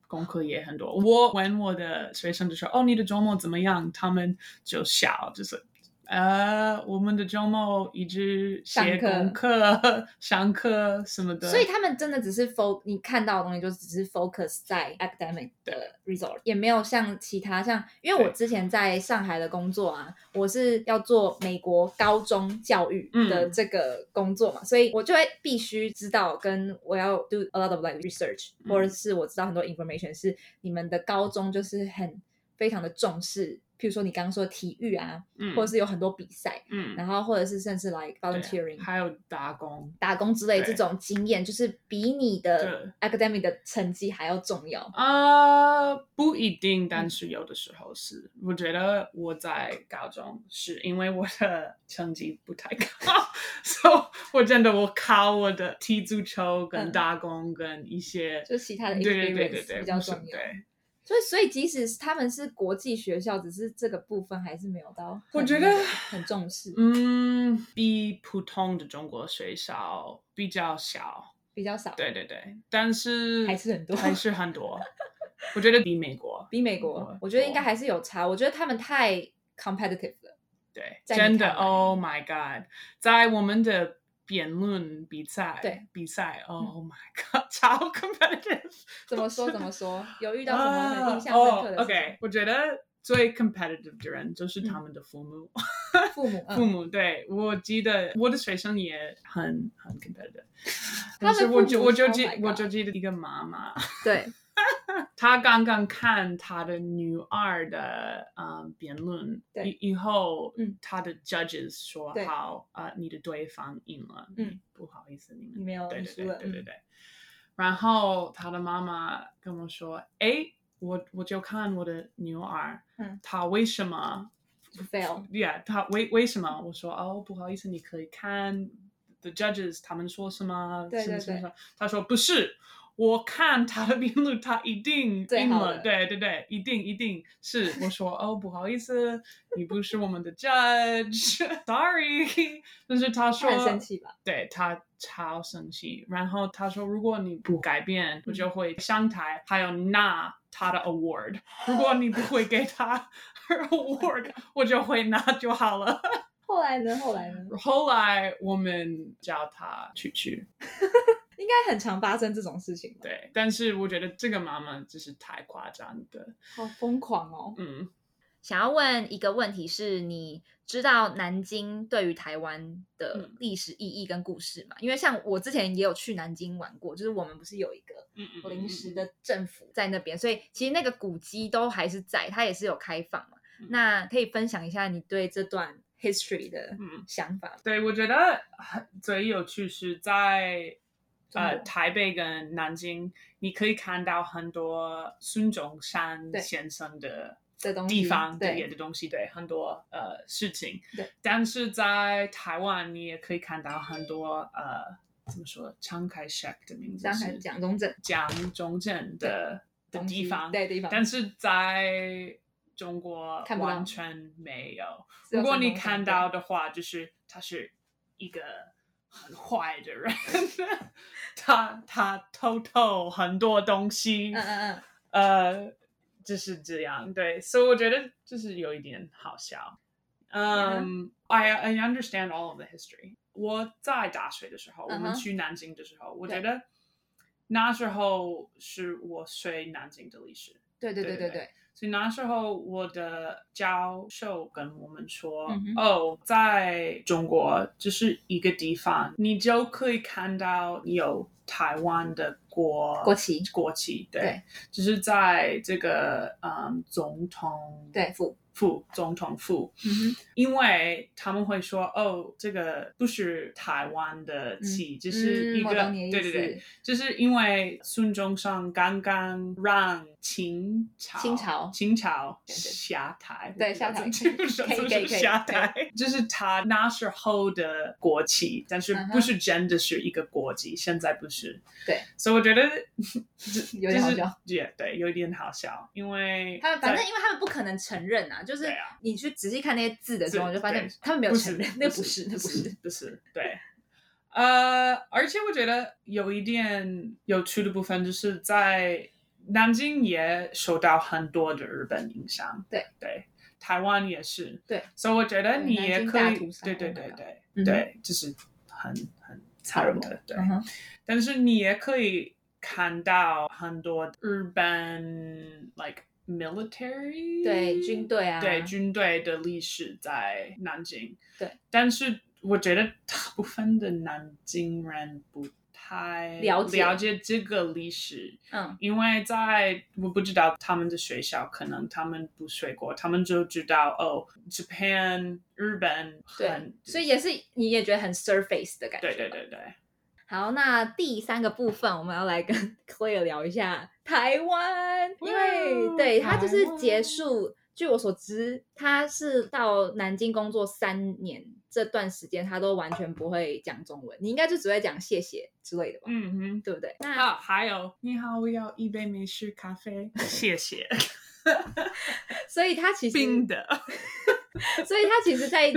[SPEAKER 4] 功课也很多。我问我的学生就说：“哦，你的周末怎么样？”他们就笑，就是呃，我们的周末一直写
[SPEAKER 2] 上课
[SPEAKER 4] 功课、 上课什么的。
[SPEAKER 2] 所以他们真的只是 fo，你看到的东西就只是 focus 在 academic 的 result，也没有像其他像，因为我
[SPEAKER 4] 对
[SPEAKER 2] 之前在上海的工作啊，我是要做美国高中教育的
[SPEAKER 4] 嗯
[SPEAKER 2] 这个工作嘛，所以我就会必须知道，跟我要 do a lot of like research，、
[SPEAKER 4] 嗯
[SPEAKER 2] 或者是我知道很多 information 是你们的高中就是很非常的重视，譬如说你刚刚说体育啊，
[SPEAKER 4] 嗯，
[SPEAKER 2] 或者是有很多比赛，
[SPEAKER 4] 嗯，
[SPEAKER 2] 然后或者是甚至 like
[SPEAKER 4] 对
[SPEAKER 2] volunteering，
[SPEAKER 4] 还有打工，
[SPEAKER 2] 打工之类
[SPEAKER 4] 对
[SPEAKER 2] 这种经验，就是比你的 academic 的成绩还要重要。
[SPEAKER 4] 呃，不一定，
[SPEAKER 2] 嗯
[SPEAKER 4] 但是有的时候是。我觉得我在高中是因为我的 成绩不太高，所以我真的我靠我的踢足球跟
[SPEAKER 2] 嗯
[SPEAKER 4] 打工跟一些、
[SPEAKER 2] 就是其他的
[SPEAKER 4] 对对对对
[SPEAKER 2] experience
[SPEAKER 4] 对
[SPEAKER 2] 比较
[SPEAKER 4] 不是
[SPEAKER 2] 重要，
[SPEAKER 4] 对，
[SPEAKER 2] 所以所以即使是他们是国际学校，只是这个部分还是没有到很，
[SPEAKER 4] 我觉得
[SPEAKER 2] 很重视，
[SPEAKER 4] 嗯，比普通的中国学校比较小。
[SPEAKER 2] 比较少，
[SPEAKER 4] 对对对，但是
[SPEAKER 2] 还是很多
[SPEAKER 4] 还是很多。我觉得比美国
[SPEAKER 2] 比美
[SPEAKER 4] 我
[SPEAKER 2] 国，我觉得应该还是有差。我觉得他们太 competitive 了，
[SPEAKER 4] 对，
[SPEAKER 2] 在
[SPEAKER 4] 真
[SPEAKER 2] 你
[SPEAKER 4] 的
[SPEAKER 2] 看来
[SPEAKER 4] ，Oh my God，在我们的辩论比赛，
[SPEAKER 2] 对嗯
[SPEAKER 4] 比赛，Oh my God，超 competitive。
[SPEAKER 2] 怎么说怎么说？有遇到什么很印象
[SPEAKER 4] 啊
[SPEAKER 2] 深刻
[SPEAKER 4] 哦
[SPEAKER 2] 的事情
[SPEAKER 4] ？OK，我觉得最 competitive 的人就是他们的父母，
[SPEAKER 2] 父母，
[SPEAKER 4] 父
[SPEAKER 2] 嗯，
[SPEAKER 4] 母。对我记得我的学生也很很 competitive，
[SPEAKER 2] 他
[SPEAKER 4] 但
[SPEAKER 2] 的
[SPEAKER 4] 是我
[SPEAKER 2] 父
[SPEAKER 4] 就
[SPEAKER 2] 母
[SPEAKER 4] 我就
[SPEAKER 2] Oh
[SPEAKER 4] 记
[SPEAKER 2] my
[SPEAKER 4] 我
[SPEAKER 2] God
[SPEAKER 4] 就记得一个妈妈，
[SPEAKER 5] 对，
[SPEAKER 4] 他刚刚看他的女儿的呃辩论，
[SPEAKER 2] 对
[SPEAKER 4] 以以后，
[SPEAKER 2] 嗯
[SPEAKER 4] 他的 judges 说
[SPEAKER 2] 对
[SPEAKER 4] 好，呃，你的对方赢了，
[SPEAKER 2] 嗯，
[SPEAKER 4] 不好意思，你
[SPEAKER 2] 你
[SPEAKER 4] 们
[SPEAKER 2] 没有
[SPEAKER 4] 对
[SPEAKER 2] 你
[SPEAKER 4] 对
[SPEAKER 2] 输
[SPEAKER 4] 对
[SPEAKER 2] 了，
[SPEAKER 4] 对对
[SPEAKER 2] 嗯
[SPEAKER 4] 对。然后他的妈妈跟我说，哎，我我就看我的女儿，
[SPEAKER 2] 嗯，
[SPEAKER 4] 她为什么
[SPEAKER 2] fail
[SPEAKER 4] Yeah，他为为什么？我说哦，不好意思，你可以看 the judges 他们说什么，
[SPEAKER 2] 对
[SPEAKER 4] 什么
[SPEAKER 2] 对
[SPEAKER 4] 什么
[SPEAKER 2] 对
[SPEAKER 4] 什么。他说不是，我看他的评论，他一 定
[SPEAKER 6] 最
[SPEAKER 4] 赢
[SPEAKER 6] 好
[SPEAKER 4] 了，
[SPEAKER 6] 的
[SPEAKER 4] 对对对，一定一定是。我说哦，不好意思，你不是我们的 judge，sorry。但 是他说
[SPEAKER 6] 他很生气吧？
[SPEAKER 4] 对他超生气。然后他说，如果你不改变，
[SPEAKER 2] 嗯
[SPEAKER 4] 我就会上台，还有拿他的 award。如果你不会给他 award，我就会拿就好了。
[SPEAKER 6] 后来呢？后来呢？
[SPEAKER 4] 后来我们叫他去去，
[SPEAKER 6] 应该很常发生这种事情吧？
[SPEAKER 4] 对。但是我觉得这个妈妈真是太夸张的，
[SPEAKER 6] 好疯狂哦！
[SPEAKER 4] 嗯，
[SPEAKER 2] 想要问一个问题是，你知道南京对于台湾的
[SPEAKER 4] 嗯
[SPEAKER 2] 历史意义跟故事吗？因为像我之前也有去南京玩过，就是我们不是有一个
[SPEAKER 4] 嗯嗯
[SPEAKER 2] 临时的政府在那边，所以其实那个古迹都还是在，它也是有开放嘛。
[SPEAKER 4] 嗯
[SPEAKER 2] 那可以分享一下你对这段 history 的
[SPEAKER 4] 嗯
[SPEAKER 2] 想法吗？
[SPEAKER 4] 对，我觉得很最有趣是在
[SPEAKER 6] 中
[SPEAKER 4] 呃
[SPEAKER 6] 国
[SPEAKER 4] 台北跟南京，你可以看到很多孙中山
[SPEAKER 6] 对
[SPEAKER 4] 先生的
[SPEAKER 6] 的东西
[SPEAKER 4] 地方的
[SPEAKER 6] 对
[SPEAKER 4] 演的东西，对很多呃事情。
[SPEAKER 6] 对，
[SPEAKER 4] 但是在台湾，你也可以看到很多呃怎么说，张开 shek 的名字
[SPEAKER 6] 张
[SPEAKER 4] 是
[SPEAKER 6] 开蒋中正
[SPEAKER 4] 蒋中正的的
[SPEAKER 6] 东西
[SPEAKER 4] 地方，
[SPEAKER 6] 对地方
[SPEAKER 4] 但是在中国
[SPEAKER 6] 嗯看不到
[SPEAKER 4] 完全没有。
[SPEAKER 6] 只有
[SPEAKER 4] 如果你
[SPEAKER 6] 孙中山
[SPEAKER 4] 看到的话，就是他是一个很坏的人，他他偷偷很多东西，
[SPEAKER 6] 嗯嗯嗯，
[SPEAKER 4] 呃，就是这样。对，所、以我觉得就是有一点好笑。
[SPEAKER 6] Uh-huh
[SPEAKER 4] 嗯、i I understand all of the history。我在大学的时候，我
[SPEAKER 6] 嗯
[SPEAKER 4] 们
[SPEAKER 6] 哼
[SPEAKER 4] 去南京的时候，我
[SPEAKER 6] 对
[SPEAKER 4] 觉得那时候是我学南京的历史。
[SPEAKER 6] 对对对对
[SPEAKER 4] 对对
[SPEAKER 6] 对，
[SPEAKER 4] 所以那时候我的教授跟我们说，
[SPEAKER 6] 嗯哼
[SPEAKER 4] 哦，在中国就是一个地方，你就可以看到有台湾的国
[SPEAKER 6] 国旗
[SPEAKER 4] 国旗对，
[SPEAKER 6] 对
[SPEAKER 4] 就是在这个嗯总统
[SPEAKER 6] 对副，
[SPEAKER 4] 副总统府，
[SPEAKER 6] 嗯哼，
[SPEAKER 4] 因为他们会说，哦，这个不是台湾的旗，就
[SPEAKER 6] 嗯
[SPEAKER 4] 是一
[SPEAKER 6] 我
[SPEAKER 4] 个、
[SPEAKER 6] 懂你的
[SPEAKER 4] 对
[SPEAKER 6] 意
[SPEAKER 4] 对对，
[SPEAKER 6] 思，
[SPEAKER 4] 就是因为孙中山刚刚让清朝
[SPEAKER 6] 清朝
[SPEAKER 4] 清朝
[SPEAKER 6] 对对
[SPEAKER 4] 下台，
[SPEAKER 6] 对下台
[SPEAKER 4] 不 是
[SPEAKER 6] 可以可以可以
[SPEAKER 4] 下台，就是他那时候的国旗，但是
[SPEAKER 6] 嗯哼
[SPEAKER 4] 不是真的是一个国旗，现在不是。
[SPEAKER 6] 对，
[SPEAKER 4] 所以我觉得
[SPEAKER 6] 有点好笑，
[SPEAKER 4] 就是也对，有一点好笑，因为
[SPEAKER 2] 他们反
[SPEAKER 4] 在
[SPEAKER 2] 正因为他们不可能承认啊，就是
[SPEAKER 4] 对啊
[SPEAKER 2] 你去仔细看那些字的时候，
[SPEAKER 4] 字
[SPEAKER 2] 你就发现
[SPEAKER 4] 对
[SPEAKER 2] 他们没有
[SPEAKER 4] 不
[SPEAKER 2] 承
[SPEAKER 4] 是
[SPEAKER 2] 认，那不是，那
[SPEAKER 4] 不
[SPEAKER 2] 不是。
[SPEAKER 4] 不是，对。呃，而且我觉得有一点有趣的部分，就是在南京也受到很多的日本影响，
[SPEAKER 6] 对
[SPEAKER 4] 对，台湾也是，
[SPEAKER 6] 对，
[SPEAKER 4] 所以我觉得
[SPEAKER 6] 对
[SPEAKER 4] 你也
[SPEAKER 6] 南京
[SPEAKER 4] 可
[SPEAKER 6] 大
[SPEAKER 4] 以
[SPEAKER 6] 屠，杀
[SPEAKER 4] 对对
[SPEAKER 6] Oh my
[SPEAKER 4] 对
[SPEAKER 6] God
[SPEAKER 4] 对、
[SPEAKER 6] 嗯哼
[SPEAKER 4] 对，就是很很惨的，对，
[SPEAKER 6] 嗯哼，
[SPEAKER 4] 但是你也可以看到很多日本 like military
[SPEAKER 2] 对军队啊，
[SPEAKER 4] 对军队的历史在南京。
[SPEAKER 6] 对，
[SPEAKER 4] 但是我觉得大部分的南京人不太
[SPEAKER 2] 了解
[SPEAKER 4] 了解这个历史，
[SPEAKER 2] 嗯，
[SPEAKER 4] 因为在我不知道他们的学校，可能他们不学过，他们就知道哦，Japan 日本
[SPEAKER 2] 对
[SPEAKER 4] 很，，
[SPEAKER 2] 所以也是你也觉得很 surface 的感觉。
[SPEAKER 4] 对对。对对，
[SPEAKER 2] 好，那第三个部分我们要来跟 Claire 聊一下台湾，因为、
[SPEAKER 4] 哇
[SPEAKER 2] 对他就是
[SPEAKER 4] 台湾
[SPEAKER 2] 结束。据我所知，他是到南京工作三年这段时间，他都完全不会讲中文，你应该就只会讲谢谢之类的吧，
[SPEAKER 4] 嗯哼。
[SPEAKER 2] 对不对？那
[SPEAKER 4] 啊，还有，你好，我要一杯美式咖啡，谢谢。
[SPEAKER 2] 所以他其实
[SPEAKER 4] 冰的，
[SPEAKER 2] 所以他其实在，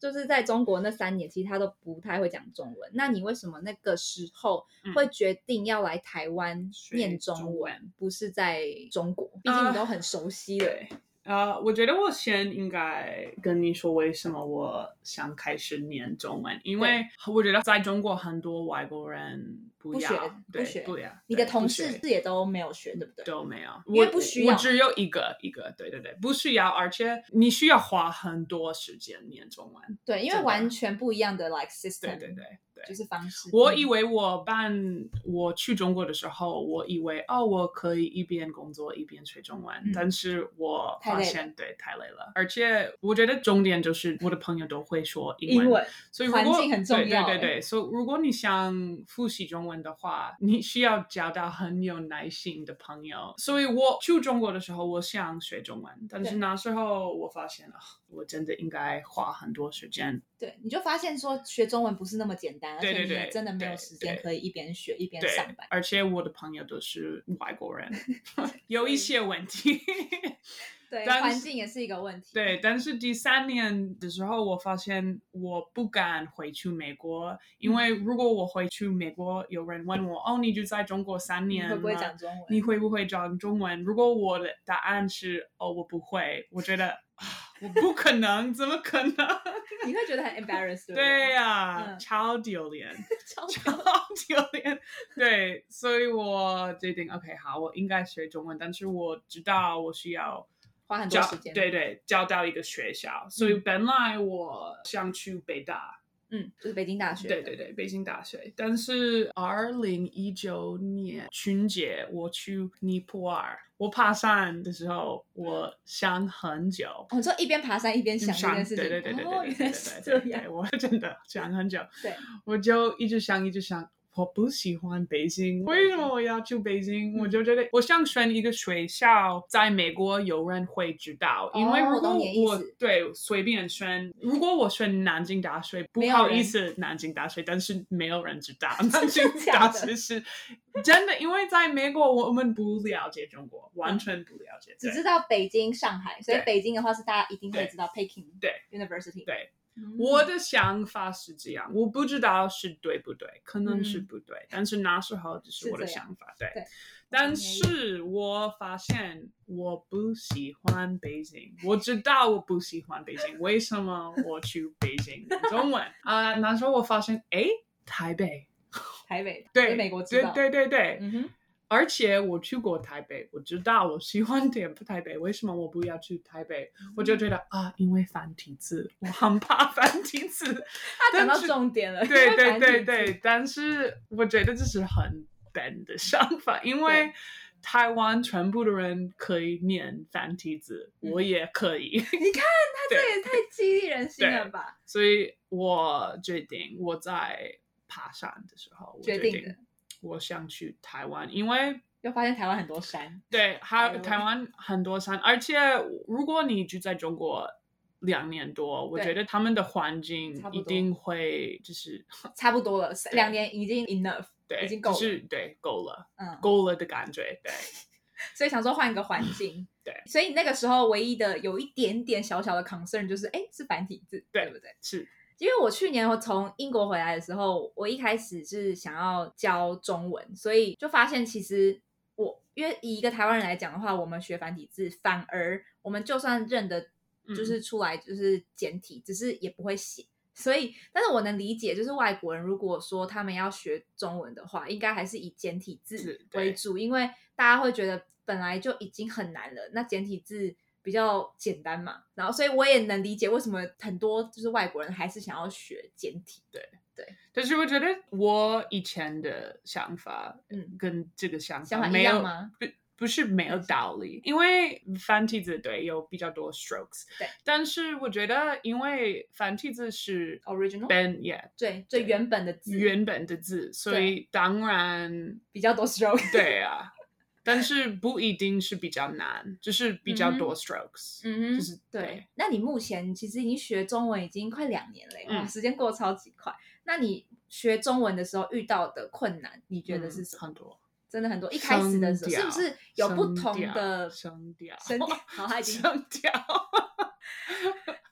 [SPEAKER 2] 就是在中国那三年，其实他都不太会讲中文。那你为什么那个时候
[SPEAKER 4] 嗯
[SPEAKER 2] 会决定要来台湾
[SPEAKER 4] 学
[SPEAKER 2] 念中文，
[SPEAKER 4] 中文啊
[SPEAKER 2] 不是在中国？毕竟你都很熟 悉了。
[SPEAKER 4] 对，呃，我觉得我先应该跟你说为什么我想开始念中文，因为我觉得在中国很多外国人不
[SPEAKER 2] 不
[SPEAKER 4] 要，
[SPEAKER 2] 学
[SPEAKER 4] 对，
[SPEAKER 2] 不学
[SPEAKER 4] 不要，
[SPEAKER 2] 你的
[SPEAKER 4] 对
[SPEAKER 2] 同
[SPEAKER 4] 不学嗯
[SPEAKER 2] 事也都没有学，对不对？
[SPEAKER 4] 都没有，
[SPEAKER 2] 因为
[SPEAKER 4] 我
[SPEAKER 2] 不需要
[SPEAKER 4] 我只有一个一个，对对对，不需要，而且你需要花很多时间念中文，
[SPEAKER 2] 对，因为
[SPEAKER 4] 真的啊
[SPEAKER 2] 完全不一样的 like system，
[SPEAKER 4] 对对对对，
[SPEAKER 2] 就是方式。嗯
[SPEAKER 4] 我以为我办我去中国的时候，我以为哦，我可以一边工作一边学中文，
[SPEAKER 2] 嗯
[SPEAKER 4] 但是我
[SPEAKER 6] 太累
[SPEAKER 4] 发
[SPEAKER 6] 了
[SPEAKER 4] 现对太累了，而且我觉得重点就是我的朋友都会说英
[SPEAKER 6] 英文
[SPEAKER 4] 所以如果
[SPEAKER 6] 环境很重要
[SPEAKER 4] 对对对
[SPEAKER 6] 欸
[SPEAKER 4] 对，所以如果你想复习中文，文的话，你需要交到很有耐心的朋友。所以我去中国的时候，我想学中文，但是
[SPEAKER 2] 对
[SPEAKER 4] 那时候我发现啊，我真的应该花很多时间。
[SPEAKER 2] 对，你就发现说学中文不是那么简单，而
[SPEAKER 4] 对
[SPEAKER 2] 且
[SPEAKER 4] 对
[SPEAKER 2] 你
[SPEAKER 4] 对
[SPEAKER 2] 也真的没有
[SPEAKER 4] 对
[SPEAKER 2] 时间
[SPEAKER 4] 对
[SPEAKER 2] 可以一边学一边
[SPEAKER 4] 对
[SPEAKER 2] 上班，。
[SPEAKER 4] 而且我的朋友都是外国 人， 有一些问题。
[SPEAKER 2] 对，
[SPEAKER 4] 但
[SPEAKER 2] 环
[SPEAKER 4] 是
[SPEAKER 2] 境也是一个问题。啊
[SPEAKER 4] 对，但是第三年的时候，我发现我不敢回去美国，因为
[SPEAKER 2] 嗯
[SPEAKER 4] 如果我回去美国，有人问我，哦，你就在中国三
[SPEAKER 2] 你
[SPEAKER 4] 年
[SPEAKER 2] 会不会
[SPEAKER 4] 了
[SPEAKER 2] 讲中文？
[SPEAKER 4] 你会不会讲中文？如果我的答案是哦，我不会，我觉得啊，我不可能，怎么可能？
[SPEAKER 2] 你会觉得很 embarrassed，不
[SPEAKER 4] 对呀、
[SPEAKER 2] 嗯
[SPEAKER 4] 超丢脸，
[SPEAKER 2] 超
[SPEAKER 4] 超丢脸。对，所以我决定，OK，好，我应该学中文，但是我知道我需要
[SPEAKER 2] 花很多
[SPEAKER 4] 交
[SPEAKER 2] 时间。
[SPEAKER 4] 对对，交到一个学校。所以本来我想去北大，
[SPEAKER 2] 嗯，就是北京大学。
[SPEAKER 4] 对对。对，北京大学。但是二零一九年春节我去尼泊尔，我爬山的时候，我想很久。
[SPEAKER 2] 哦，你说一边爬山一边想这件事情，
[SPEAKER 4] 嗯对对对对对
[SPEAKER 2] 哦，
[SPEAKER 4] 对
[SPEAKER 2] 原
[SPEAKER 4] 对
[SPEAKER 2] 来
[SPEAKER 4] 对
[SPEAKER 2] 是
[SPEAKER 4] 对
[SPEAKER 2] 这
[SPEAKER 4] 对，
[SPEAKER 2] 样
[SPEAKER 4] 对。我 真的想很久，
[SPEAKER 2] 对，
[SPEAKER 4] 我就一直想一直想。我不喜欢北京，为什么我要去北京？
[SPEAKER 2] 嗯
[SPEAKER 4] 我就觉得我想选一个学校，在美国有人会知道，因为
[SPEAKER 2] 哦
[SPEAKER 4] 如
[SPEAKER 2] 我
[SPEAKER 4] 果
[SPEAKER 2] 懂你的意
[SPEAKER 4] 我、
[SPEAKER 2] 思
[SPEAKER 4] 对随便选，如果我选南京大学，不
[SPEAKER 2] 没有
[SPEAKER 4] 好
[SPEAKER 2] 人
[SPEAKER 4] 意思，南京大学，但是没有人知 道南
[SPEAKER 2] 的
[SPEAKER 4] 京
[SPEAKER 2] 假
[SPEAKER 4] 大
[SPEAKER 2] 的
[SPEAKER 4] 学是真的，因为在美国我们不了解中国，完全不了解，
[SPEAKER 2] 嗯只
[SPEAKER 4] 对
[SPEAKER 2] 知道北京、上海，所以
[SPEAKER 4] 对
[SPEAKER 2] 北京的话是大家一定会
[SPEAKER 4] 对
[SPEAKER 2] 知道 Peking
[SPEAKER 4] 对
[SPEAKER 2] University。
[SPEAKER 4] 对
[SPEAKER 2] 嗯，
[SPEAKER 4] 我的想法是这样，我不知道是对不对，可能是不对，但是那时候只是我的
[SPEAKER 2] 嗯是这样
[SPEAKER 4] 想法，对。
[SPEAKER 2] 对
[SPEAKER 4] 但是我发现我不喜欢北京，我知道我不喜欢北京，为什么我去北 京？中文啊、那时候我发现，哎，台北，
[SPEAKER 2] 台北
[SPEAKER 4] 对，
[SPEAKER 2] 被美国知道，
[SPEAKER 4] 对对对对，
[SPEAKER 2] 嗯哼，
[SPEAKER 4] 而且我去过台北，我知道我喜欢点台北，为什么我不要去台北？我
[SPEAKER 2] 嗯
[SPEAKER 4] 就觉得啊，因为繁体字，我很怕繁体字。
[SPEAKER 2] 他讲
[SPEAKER 4] 但
[SPEAKER 2] 到
[SPEAKER 4] 是
[SPEAKER 2] 重点了，
[SPEAKER 4] 对
[SPEAKER 2] 因为
[SPEAKER 4] 对
[SPEAKER 2] 繁体
[SPEAKER 4] 对
[SPEAKER 2] 字
[SPEAKER 4] 对，但是我觉得这是很笨的想法，因为
[SPEAKER 2] 对
[SPEAKER 4] 台湾全部的人可以念繁体字，
[SPEAKER 2] 嗯
[SPEAKER 4] 我也可以，
[SPEAKER 2] 你看他这也太激励人心了吧？
[SPEAKER 4] 所以我决定我在爬山的时候，我
[SPEAKER 2] 决
[SPEAKER 4] 决
[SPEAKER 2] 定的
[SPEAKER 4] 定我想去台湾，因为。
[SPEAKER 2] 又发现台湾很多山，
[SPEAKER 4] 对，还
[SPEAKER 2] 哎
[SPEAKER 4] 有
[SPEAKER 2] 呦
[SPEAKER 4] 台湾很多山，而且如果你住在中国两年多，我
[SPEAKER 2] 对
[SPEAKER 4] 觉得他们的环境
[SPEAKER 2] 差不
[SPEAKER 4] 一
[SPEAKER 2] 多
[SPEAKER 4] 定会就是
[SPEAKER 2] 差不多了，两年已经 enough，
[SPEAKER 4] 对，
[SPEAKER 2] 已经够了
[SPEAKER 4] 就是对够了，
[SPEAKER 2] 嗯，
[SPEAKER 4] 够了的感觉，对
[SPEAKER 2] 所以想说换一个环境。
[SPEAKER 4] 嗯对
[SPEAKER 2] 所以你那个时候唯一的有一点点小小的 concern 就是，哎，是繁体字，
[SPEAKER 4] 对
[SPEAKER 2] 不对？
[SPEAKER 4] 是，
[SPEAKER 2] 因为我去年我从英国回来的时候，我一开始是想要教中文，所以就发现其实我因为以一个台湾人来讲的话，我们学繁体字，反而我们就算认得，
[SPEAKER 4] 嗯
[SPEAKER 2] 就是出来就是简体，只是也不会写。所以，但是我能理解，就是外国人如果说他们要学中文的话，应该还是以简体字
[SPEAKER 4] 是对
[SPEAKER 2] 为主，因为大家会觉得本来就已经很难了，那简体字比较简单嘛。然后，所以我也能理解为什么很多就是外国人还是想要学简体。
[SPEAKER 4] 但是我觉得我以前的想法
[SPEAKER 2] 嗯，
[SPEAKER 4] 跟这个想
[SPEAKER 2] 想
[SPEAKER 4] 法
[SPEAKER 2] 法
[SPEAKER 4] 没
[SPEAKER 2] 一样
[SPEAKER 4] 有
[SPEAKER 2] 吗？
[SPEAKER 4] 不不是没有道理，因为繁体字对有比较多 strokes，
[SPEAKER 2] 对，
[SPEAKER 4] 但是我觉得因为繁体字是
[SPEAKER 2] Original？
[SPEAKER 4] 本也
[SPEAKER 2] 对，最原本的字
[SPEAKER 4] 原本的字，
[SPEAKER 2] 嗯
[SPEAKER 4] 所
[SPEAKER 2] 对
[SPEAKER 4] 以当然
[SPEAKER 2] 比较多 stroke。
[SPEAKER 4] 对啊，但是不一定是比较难，就是比较多 strokes，、
[SPEAKER 2] 嗯
[SPEAKER 4] 就
[SPEAKER 2] 哼，
[SPEAKER 4] 是
[SPEAKER 2] 对。那你目前其实已经学中文已经快两年了耶，哇，
[SPEAKER 4] 嗯
[SPEAKER 2] 时间过得超级快。那你学中文的时候遇到的困难，你觉
[SPEAKER 4] 嗯
[SPEAKER 2] 得是什么？
[SPEAKER 4] 很多。
[SPEAKER 2] 真的很多。一开始的时候是
[SPEAKER 4] 声调
[SPEAKER 2] 不是有不同的
[SPEAKER 4] 声调？
[SPEAKER 2] 声 调？好，他已经
[SPEAKER 4] 声调，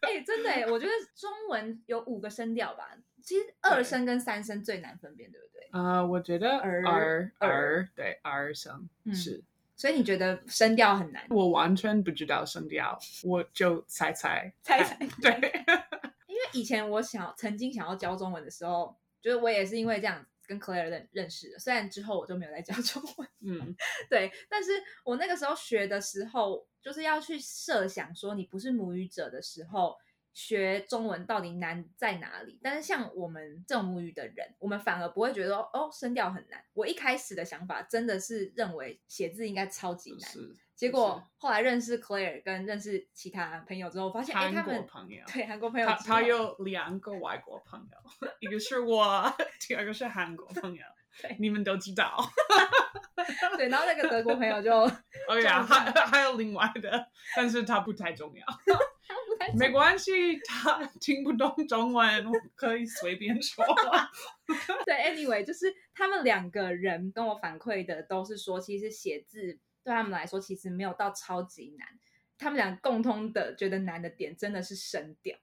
[SPEAKER 2] 哎、真的耶，我觉得中文有五个声调吧。其实二声跟三声最难分辨，对不对？
[SPEAKER 4] 呃，我觉得
[SPEAKER 2] 儿
[SPEAKER 4] 儿
[SPEAKER 2] 儿
[SPEAKER 4] 儿对儿声
[SPEAKER 2] 嗯
[SPEAKER 4] 是，
[SPEAKER 2] 所以你觉得声调很难？
[SPEAKER 4] 我完全不知道声调，我就猜猜
[SPEAKER 2] 猜猜
[SPEAKER 4] 对，
[SPEAKER 2] 因为以前我想曾经想要教中文的时候，就是我也是因为这样跟 Claire 认认识的，虽然之后我就没有再教中文，
[SPEAKER 4] 嗯，
[SPEAKER 2] 对，但是我那个时候学的时候，就是要去设想说你不是母语者的时候。学中文到底难在哪里？但是像我们这种母语的人，我们反而不会觉得哦声调很难。我一开始的想法真的是认为写字应该超级难，
[SPEAKER 4] 是
[SPEAKER 2] 结果后来认识 Claire 跟认识其他朋友之后，发现哎
[SPEAKER 4] 韩
[SPEAKER 2] 他
[SPEAKER 4] 国
[SPEAKER 2] 们
[SPEAKER 4] 朋友，
[SPEAKER 2] 对韩国朋友
[SPEAKER 4] 他
[SPEAKER 2] 之
[SPEAKER 4] 他
[SPEAKER 2] 后
[SPEAKER 4] 有两个外国朋友，一个是我，第二个是韩国朋友，
[SPEAKER 2] 对
[SPEAKER 4] 你们都 知道。
[SPEAKER 2] 对，然后那个德国朋友就
[SPEAKER 4] OK
[SPEAKER 2] 这
[SPEAKER 4] 啊，
[SPEAKER 2] 样
[SPEAKER 4] 还还有另外的，但是它不太重 要，没关系，他听不懂中文，我可以随便说。
[SPEAKER 2] 对，anyway，就是他们两个人跟我反馈的都是说，其实写字对他们来说其实没有到超级难，他们俩共通的觉得难的点真的是声调。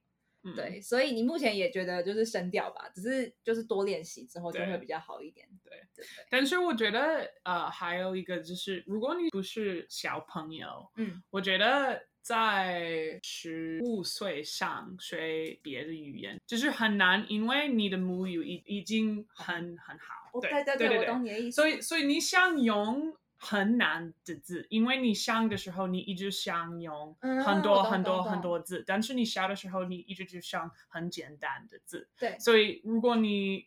[SPEAKER 4] 嗯，
[SPEAKER 2] 对，所以你目前也觉得就是声调吧，只是就是多练习之后就会
[SPEAKER 4] 对
[SPEAKER 2] 比较好一点。
[SPEAKER 4] 对
[SPEAKER 2] 对不对，
[SPEAKER 4] 但是我觉得呃，还有一个就是，如果你不是小朋友，
[SPEAKER 2] 嗯，
[SPEAKER 4] 我觉得在十五岁上学别的语言就是很难，因为你的母语已已经很很好。
[SPEAKER 2] 我
[SPEAKER 4] 对
[SPEAKER 2] 哦对对
[SPEAKER 4] 对
[SPEAKER 2] 我懂你的意思。
[SPEAKER 4] 所以，所以你想用很难的字，因为你想的时候，你一直想用
[SPEAKER 2] 嗯
[SPEAKER 4] 很
[SPEAKER 2] 我
[SPEAKER 4] 多
[SPEAKER 2] 懂
[SPEAKER 4] 很多
[SPEAKER 2] 懂懂
[SPEAKER 4] 很多字，但是你小的时候，你一直就想很简单的字。
[SPEAKER 2] 对
[SPEAKER 4] 所以，如果你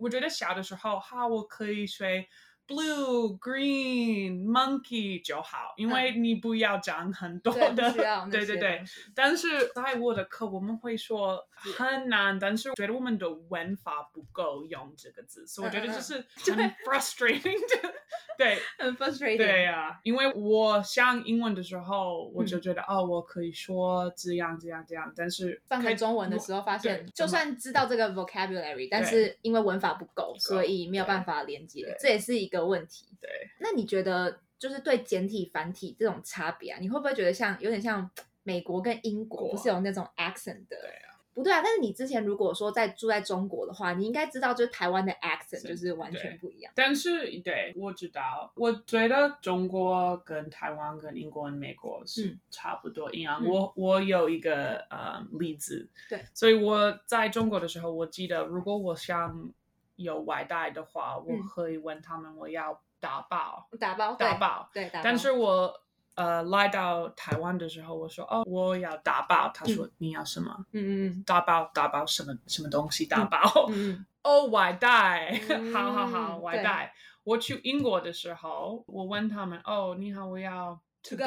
[SPEAKER 4] 我觉得小的时候，哈，我可以学 blue、green、monkey 就好，因为你不要讲很多
[SPEAKER 2] 嗯对，
[SPEAKER 4] 的
[SPEAKER 2] 不需 要，那
[SPEAKER 4] 对对
[SPEAKER 2] 些
[SPEAKER 4] 对
[SPEAKER 2] 东西
[SPEAKER 4] 但是在我的课，我们会说很难，但是觉得我们的文法不够用这个字，所以我觉
[SPEAKER 2] 嗯
[SPEAKER 4] 得就是 很 frustrating 的。对
[SPEAKER 2] 很 frustrating。
[SPEAKER 4] 对呀、因为我上英文的时候，我
[SPEAKER 2] 嗯
[SPEAKER 4] 就觉得、哦，我可以说这样这样这样，但是
[SPEAKER 2] 翻
[SPEAKER 4] 开
[SPEAKER 2] 成中文的时候，发现就算知道这个 vocabulary，但是因为文法不够，所以没有办法连接
[SPEAKER 4] 对，
[SPEAKER 2] 这也是一个问题。
[SPEAKER 4] 对，
[SPEAKER 2] 那你觉得就是对简体、繁体这种差别啊，你会不会觉得像有点像美国跟英国
[SPEAKER 4] 国
[SPEAKER 2] 不是有那种 accent 的？
[SPEAKER 4] 对
[SPEAKER 2] 啊。不对啊，但是你之前如果说在住在中国的话，你应该知道，就是台湾的 accent
[SPEAKER 4] 是
[SPEAKER 2] 就是完全
[SPEAKER 4] 对
[SPEAKER 2] 不一样。
[SPEAKER 4] 但是对我知道，我觉得中国跟台湾、跟英国、跟美国是
[SPEAKER 2] 嗯
[SPEAKER 4] 差不多一样。
[SPEAKER 2] 嗯
[SPEAKER 4] 我我有一个呃、例子，
[SPEAKER 2] 对，
[SPEAKER 4] 所以我在中国的时候，我记得如果我想有外带的话，我
[SPEAKER 2] 嗯
[SPEAKER 4] 可以问他们我要打包、
[SPEAKER 2] 打包，对
[SPEAKER 4] 打包，
[SPEAKER 2] 对打包，嗯
[SPEAKER 4] 但是我。呃，来到台湾的时候，我说哦，我要打包。他说、你要什么？
[SPEAKER 2] 嗯嗯
[SPEAKER 4] 打包，打包什么什么东西？打包。
[SPEAKER 2] 嗯嗯
[SPEAKER 4] 哦，外带，
[SPEAKER 2] 嗯
[SPEAKER 4] Oh, 好好好，
[SPEAKER 2] 对
[SPEAKER 4] 外带。我去英国的时候，我问他们，哦，你好，我要
[SPEAKER 2] To
[SPEAKER 4] to
[SPEAKER 2] go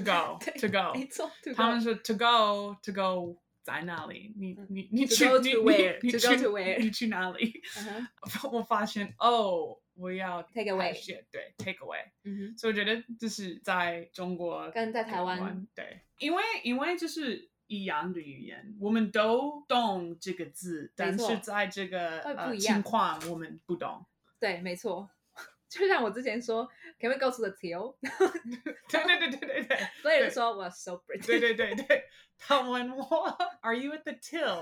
[SPEAKER 4] go，
[SPEAKER 2] 对
[SPEAKER 4] to
[SPEAKER 2] 嗯，没
[SPEAKER 4] go。
[SPEAKER 2] 错，to
[SPEAKER 4] 他们
[SPEAKER 2] go
[SPEAKER 4] 说 to go，to go 在哪里？你
[SPEAKER 2] 嗯
[SPEAKER 4] 你你
[SPEAKER 2] To
[SPEAKER 4] 去
[SPEAKER 2] go
[SPEAKER 4] 你
[SPEAKER 2] to
[SPEAKER 4] 你
[SPEAKER 2] where？
[SPEAKER 4] 你
[SPEAKER 2] To
[SPEAKER 4] 去
[SPEAKER 2] go to where？
[SPEAKER 4] 你去哪里？
[SPEAKER 2] 嗯哼
[SPEAKER 4] 我发现哦，我要
[SPEAKER 2] Take away
[SPEAKER 4] 海鲜对 take away。
[SPEAKER 2] 嗯哼，
[SPEAKER 4] 所以我觉得就是在中国
[SPEAKER 2] 跟在台湾
[SPEAKER 4] 对，因为因为就是一样的语言，我们都懂这个字，但
[SPEAKER 2] 错
[SPEAKER 4] 是在这个
[SPEAKER 2] 会不
[SPEAKER 4] 呃
[SPEAKER 2] 一样
[SPEAKER 4] 情况我们不懂。
[SPEAKER 2] 对，没错。 就像我之前说，Can we go to the till？
[SPEAKER 4] 对对对对对对
[SPEAKER 2] 所有人说我 so pretty。
[SPEAKER 4] 对对对对，他问我 Are you at the till？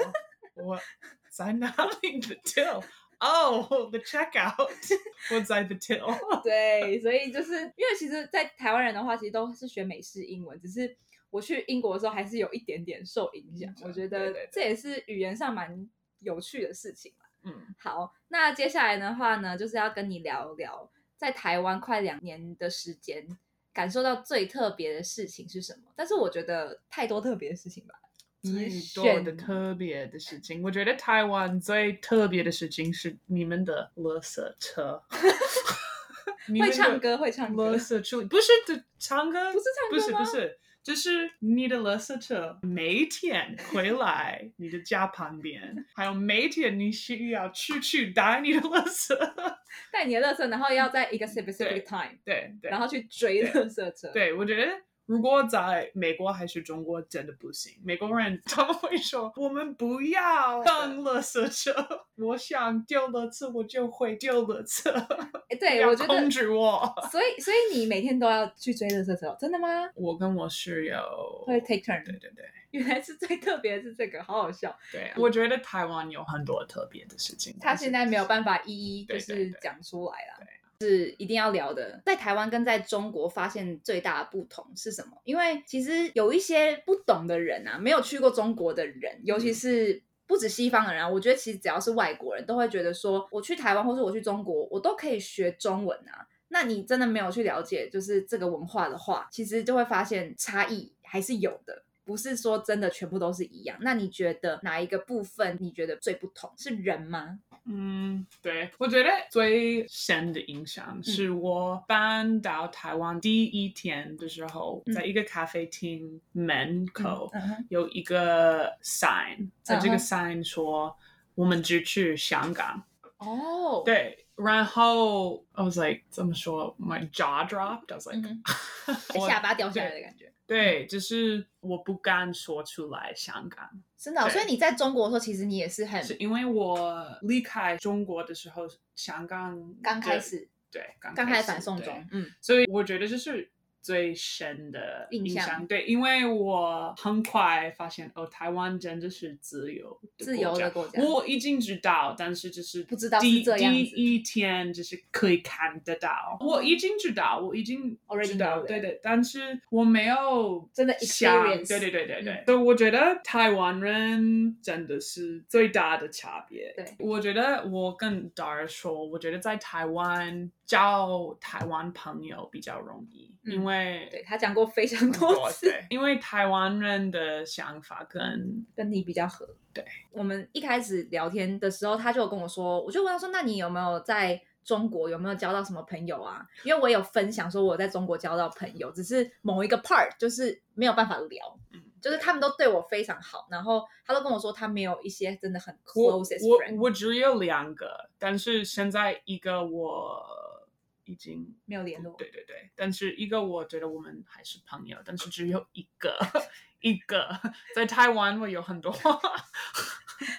[SPEAKER 4] 我 在哪里？The till。Oh, the checkout. 我在 the till.
[SPEAKER 2] 对，所以就是因为其实，在台湾人的话，其实都是学美式英文，只是我去英国的时候还是有一点点受影响
[SPEAKER 4] 影。响
[SPEAKER 2] 我觉
[SPEAKER 4] 对
[SPEAKER 2] 得
[SPEAKER 4] 对对
[SPEAKER 2] 这也是语言上蛮有趣的事情啦。
[SPEAKER 4] 嗯，
[SPEAKER 2] 好，那接下来的话呢，就是要跟你聊聊在台湾快两年的时间。感受到最特别的事情是什么？但是我觉得太多特别的事情吧。
[SPEAKER 4] 最
[SPEAKER 2] 你
[SPEAKER 4] 多
[SPEAKER 2] 选
[SPEAKER 4] 的特别的事情，我觉得台湾最特别的事情是你们的垃圾 车。你们
[SPEAKER 2] 会
[SPEAKER 4] 的
[SPEAKER 2] 唱歌，会唱歌
[SPEAKER 4] 垃，圾车不是的唱歌，
[SPEAKER 2] 不是唱歌
[SPEAKER 4] 不是
[SPEAKER 2] 吗
[SPEAKER 4] 不是，就是你的垃圾车每天回来你的家旁边，还有每天你需要出去打你的垃圾。
[SPEAKER 2] 带你的垃圾，然后要在一个 specific
[SPEAKER 4] 嗯对
[SPEAKER 2] time，
[SPEAKER 4] 对对，
[SPEAKER 2] 然后去追
[SPEAKER 4] 对
[SPEAKER 2] 垃圾车。
[SPEAKER 4] 对我觉得。如果在美国还是中国，真的不行。美国人他们会说：“我们不要当垃圾车，我想丢垃圾我就会丢垃圾，
[SPEAKER 2] 诶
[SPEAKER 4] 不
[SPEAKER 2] 哎对，
[SPEAKER 4] 要
[SPEAKER 2] 我觉
[SPEAKER 4] 控
[SPEAKER 2] 得，
[SPEAKER 4] 制我。
[SPEAKER 2] 所以所以你每天都要去追垃圾车哦，真的吗？”
[SPEAKER 4] 我跟我室友
[SPEAKER 2] 会 take
[SPEAKER 4] 对
[SPEAKER 2] turn，
[SPEAKER 4] 对对，
[SPEAKER 2] 原来是最特别的是这个，好好笑。
[SPEAKER 4] 对啊，我觉得台湾有很多特别的事情。
[SPEAKER 2] 他现在没有办法一一就
[SPEAKER 4] 对
[SPEAKER 2] 是
[SPEAKER 4] 对对
[SPEAKER 2] 讲出来啦
[SPEAKER 4] 对，
[SPEAKER 2] 是一定要聊的。在台湾跟在中国发现最大的不同是什么？因为其实有一些不懂的人啊，没有去过中国的人，尤
[SPEAKER 4] 嗯
[SPEAKER 2] 其是。不止西方人啊，我觉得其实只要是外国人都会觉得说，我去台湾或是我去中国，我都可以学中文啊。那你真的没有去了解，就是这个文化的话，其实就会发现差异还是有的，不是说真的全部都是一样。那你觉得哪一个部分你觉得最不同？是人吗？
[SPEAKER 4] 嗯，对，我觉得最深的影
[SPEAKER 2] 嗯
[SPEAKER 4] 响是我搬到台湾第一天的时候，
[SPEAKER 2] 嗯
[SPEAKER 4] 在一个咖啡厅门口、
[SPEAKER 2] 嗯哼，
[SPEAKER 4] 有一个 sign，在这个
[SPEAKER 2] 嗯
[SPEAKER 4] sign 说我们只去香港。
[SPEAKER 2] 哦，
[SPEAKER 4] 对，然后 I was like 怎么说 my jaw dropped I was like、
[SPEAKER 2] 嗯 下巴掉下来的感觉，
[SPEAKER 4] 对，就是我不敢说出来香港。
[SPEAKER 2] 真的哦、
[SPEAKER 4] 对
[SPEAKER 2] 所以你在中国的时候，其实你也是很
[SPEAKER 4] 是因为我离开中国的时候，香港
[SPEAKER 2] 刚开
[SPEAKER 4] 的，
[SPEAKER 2] 始，
[SPEAKER 4] 对，刚
[SPEAKER 2] 刚
[SPEAKER 4] 开
[SPEAKER 2] 开
[SPEAKER 4] 始
[SPEAKER 2] 始反送，
[SPEAKER 4] 对
[SPEAKER 2] 中，嗯，
[SPEAKER 4] 所以我觉得这是最深的
[SPEAKER 2] 印
[SPEAKER 4] 象。
[SPEAKER 2] 象
[SPEAKER 4] 对，因为我很快发现，哦，台湾真的是自由的
[SPEAKER 2] 自由的
[SPEAKER 4] 国
[SPEAKER 2] 国家
[SPEAKER 4] 我已经知道，但是就是
[SPEAKER 2] 不知道是
[SPEAKER 4] 第
[SPEAKER 2] 这样
[SPEAKER 4] 第
[SPEAKER 2] 子哦
[SPEAKER 4] 一天就是可以看得到，我已经知道，我已经
[SPEAKER 2] Already
[SPEAKER 4] 知道
[SPEAKER 2] know 了
[SPEAKER 4] 对对，但是我没有
[SPEAKER 2] 真的
[SPEAKER 4] 想
[SPEAKER 2] experience
[SPEAKER 4] 对对对对对，
[SPEAKER 2] 嗯
[SPEAKER 4] 所以我觉得台湾人真的是最大的差别。
[SPEAKER 2] 对
[SPEAKER 4] 我觉得我跟 Dar 说，我觉得在台湾交台湾朋友比较容易，
[SPEAKER 2] 嗯
[SPEAKER 4] 因为
[SPEAKER 2] 对他讲过非常
[SPEAKER 4] 很
[SPEAKER 2] 多次，
[SPEAKER 4] 对因为台湾人的想法跟
[SPEAKER 2] 跟你比较合。
[SPEAKER 4] 对，
[SPEAKER 2] 我们一开始聊天的时候，他就有跟我说，我就问他说，那你有没有在中国有没有交到什么朋友啊？因为我有分享说我在中国交到朋友，只是某一个 part 就是没有办法聊，
[SPEAKER 4] 嗯
[SPEAKER 2] 就是他们都对我非常好，然后他都跟我说他没有一些真的很
[SPEAKER 4] 我
[SPEAKER 2] closest
[SPEAKER 4] 我
[SPEAKER 2] friend，
[SPEAKER 4] 我只有两个，但是现在一个我已经
[SPEAKER 2] 没有联络
[SPEAKER 4] 对对对，但是一个我觉得我们还是朋友，但是只有一个 一个，在台湾我有很多，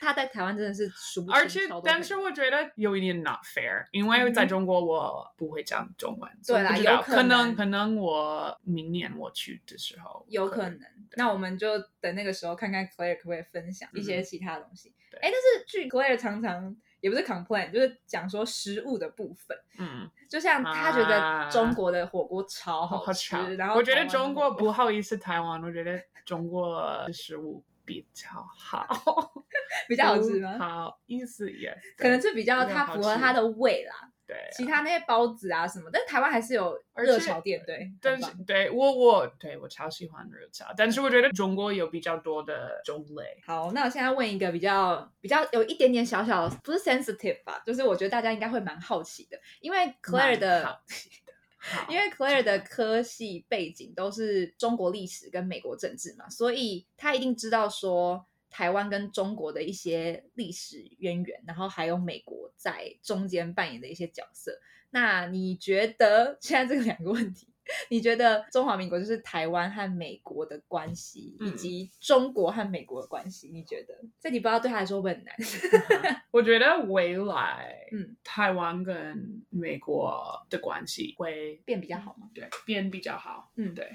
[SPEAKER 2] 他在台湾真的是数不清
[SPEAKER 4] 而且
[SPEAKER 2] 超多朋友嗯
[SPEAKER 4] 但是我觉得有一点 not fair，因为在中国我不会讲中文，所
[SPEAKER 2] 对
[SPEAKER 4] 以
[SPEAKER 2] 啦
[SPEAKER 4] 不知道
[SPEAKER 2] 有可
[SPEAKER 4] 可能
[SPEAKER 2] 能
[SPEAKER 4] 可能我明年我去的时候
[SPEAKER 2] 有可能。那我们就等那个时候看看 Claire 可不可以分享一些
[SPEAKER 4] 嗯
[SPEAKER 2] 其他的东西。
[SPEAKER 4] 对
[SPEAKER 2] 哎、但是据 Claire 常常也不是 complain，就是讲说食物的部分，
[SPEAKER 4] 嗯，
[SPEAKER 2] 就像他觉得
[SPEAKER 4] 啊哦
[SPEAKER 2] 中国的火锅超
[SPEAKER 4] 好好
[SPEAKER 2] 吃，
[SPEAKER 4] 巧，
[SPEAKER 2] 然后
[SPEAKER 4] 我觉
[SPEAKER 2] 台
[SPEAKER 4] 得
[SPEAKER 2] 湾的
[SPEAKER 4] 中
[SPEAKER 2] 火
[SPEAKER 4] 国
[SPEAKER 2] 锅
[SPEAKER 4] 不好意思台湾，我觉得中国的食物比较好，
[SPEAKER 2] 哦比较好吃
[SPEAKER 4] 不
[SPEAKER 2] 吗？
[SPEAKER 4] 好意思也
[SPEAKER 2] 可能是比较
[SPEAKER 4] 比较
[SPEAKER 2] 它
[SPEAKER 4] 好
[SPEAKER 2] 符合
[SPEAKER 4] 吃
[SPEAKER 2] 他的胃啦，
[SPEAKER 4] 对啊。
[SPEAKER 2] 其他那些包子啊什么，但是台湾还是有
[SPEAKER 4] 而
[SPEAKER 2] 热
[SPEAKER 4] 且
[SPEAKER 2] 炒店，对，
[SPEAKER 4] 但
[SPEAKER 2] 很
[SPEAKER 4] 是
[SPEAKER 2] 棒
[SPEAKER 4] 对我我对我超喜欢热茶，但是我觉得中国有比较多的种类。
[SPEAKER 2] 好，那我现在问一个比较比较有一点点小小不是 sensitive 吧，就是我觉得大家应该会蛮好奇的，因为 Claire 的
[SPEAKER 4] 蛮好奇的好
[SPEAKER 2] 因为 Claire 的科系背景都是中国历史跟美国政治嘛，所以他一定知道说台湾跟中国的一些历史渊源，然后还有美国在中间扮演的一些角色。那你觉得 现在这个两个问题，你觉得中华民国就是台湾和美国的关系，
[SPEAKER 4] 嗯
[SPEAKER 2] 以及中国和美国的关系？你觉得这题不知道对他来说会不会很难？
[SPEAKER 4] 嗯我觉得未来，
[SPEAKER 2] 嗯，
[SPEAKER 4] 台湾跟美国的关系会
[SPEAKER 2] 变比较好吗？
[SPEAKER 4] 对变比较好。
[SPEAKER 2] 嗯
[SPEAKER 4] 对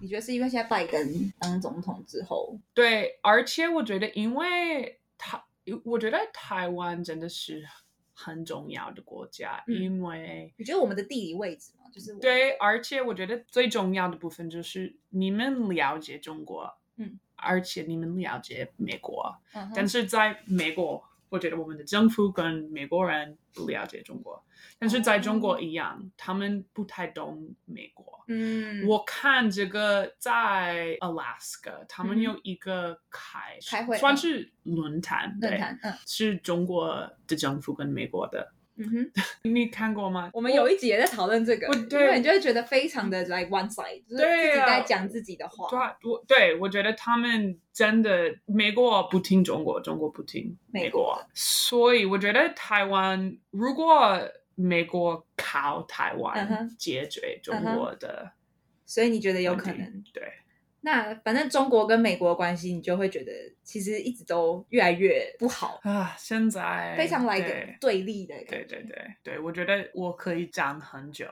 [SPEAKER 2] 你觉得是因为现在拜登当总统之后，
[SPEAKER 4] 对，而且我觉得，因为台，我觉得台湾真的是很重要的国家，
[SPEAKER 2] 嗯
[SPEAKER 4] 因为
[SPEAKER 2] 你觉得我们的地理位置嘛，就是我们
[SPEAKER 4] 对，而且我觉得最重要的部分就是你们了解中国，
[SPEAKER 2] 嗯，
[SPEAKER 4] 而且你们了解美国，
[SPEAKER 2] 嗯哼
[SPEAKER 4] 但是在美国，我觉得我们的政府跟美国人不了解中国，但是在中
[SPEAKER 2] 哦
[SPEAKER 4] 国一样，他们不太懂美国。
[SPEAKER 2] 嗯，
[SPEAKER 4] 我看这个在 Alaska，他们
[SPEAKER 2] 嗯哼
[SPEAKER 4] 有一个开
[SPEAKER 2] 开会
[SPEAKER 4] 算
[SPEAKER 2] 嗯
[SPEAKER 4] 是论坛，
[SPEAKER 2] 论
[SPEAKER 4] 对，
[SPEAKER 2] 坛，嗯
[SPEAKER 4] 是中国的政府跟美国的。
[SPEAKER 2] 嗯哼，
[SPEAKER 4] 你看过吗？
[SPEAKER 2] 我们有一集也在讨论这个，
[SPEAKER 4] 我
[SPEAKER 2] 因
[SPEAKER 4] 对
[SPEAKER 2] 为你就会觉得非常的 like one side，就是
[SPEAKER 4] 对
[SPEAKER 2] 自己在
[SPEAKER 4] 啊
[SPEAKER 2] 讲自己的话，
[SPEAKER 4] 对啊，我对我觉得他们真的美国不听中国，中国不听
[SPEAKER 2] 美
[SPEAKER 4] 美
[SPEAKER 2] 国
[SPEAKER 4] 国，所以我觉得台湾如果美国靠台
[SPEAKER 2] 嗯
[SPEAKER 4] 湾
[SPEAKER 2] 哼
[SPEAKER 4] 解决中国的
[SPEAKER 2] 所以你觉得有
[SPEAKER 4] 问题，
[SPEAKER 2] 可能？
[SPEAKER 4] 对
[SPEAKER 2] 那反正中国跟美国的关系，你就会觉得其实一直都越来越不好，
[SPEAKER 4] 啊，现在
[SPEAKER 2] 非常来一个
[SPEAKER 4] 对
[SPEAKER 2] 对立的感觉。
[SPEAKER 4] 对对对对，我觉得我可以讲很久。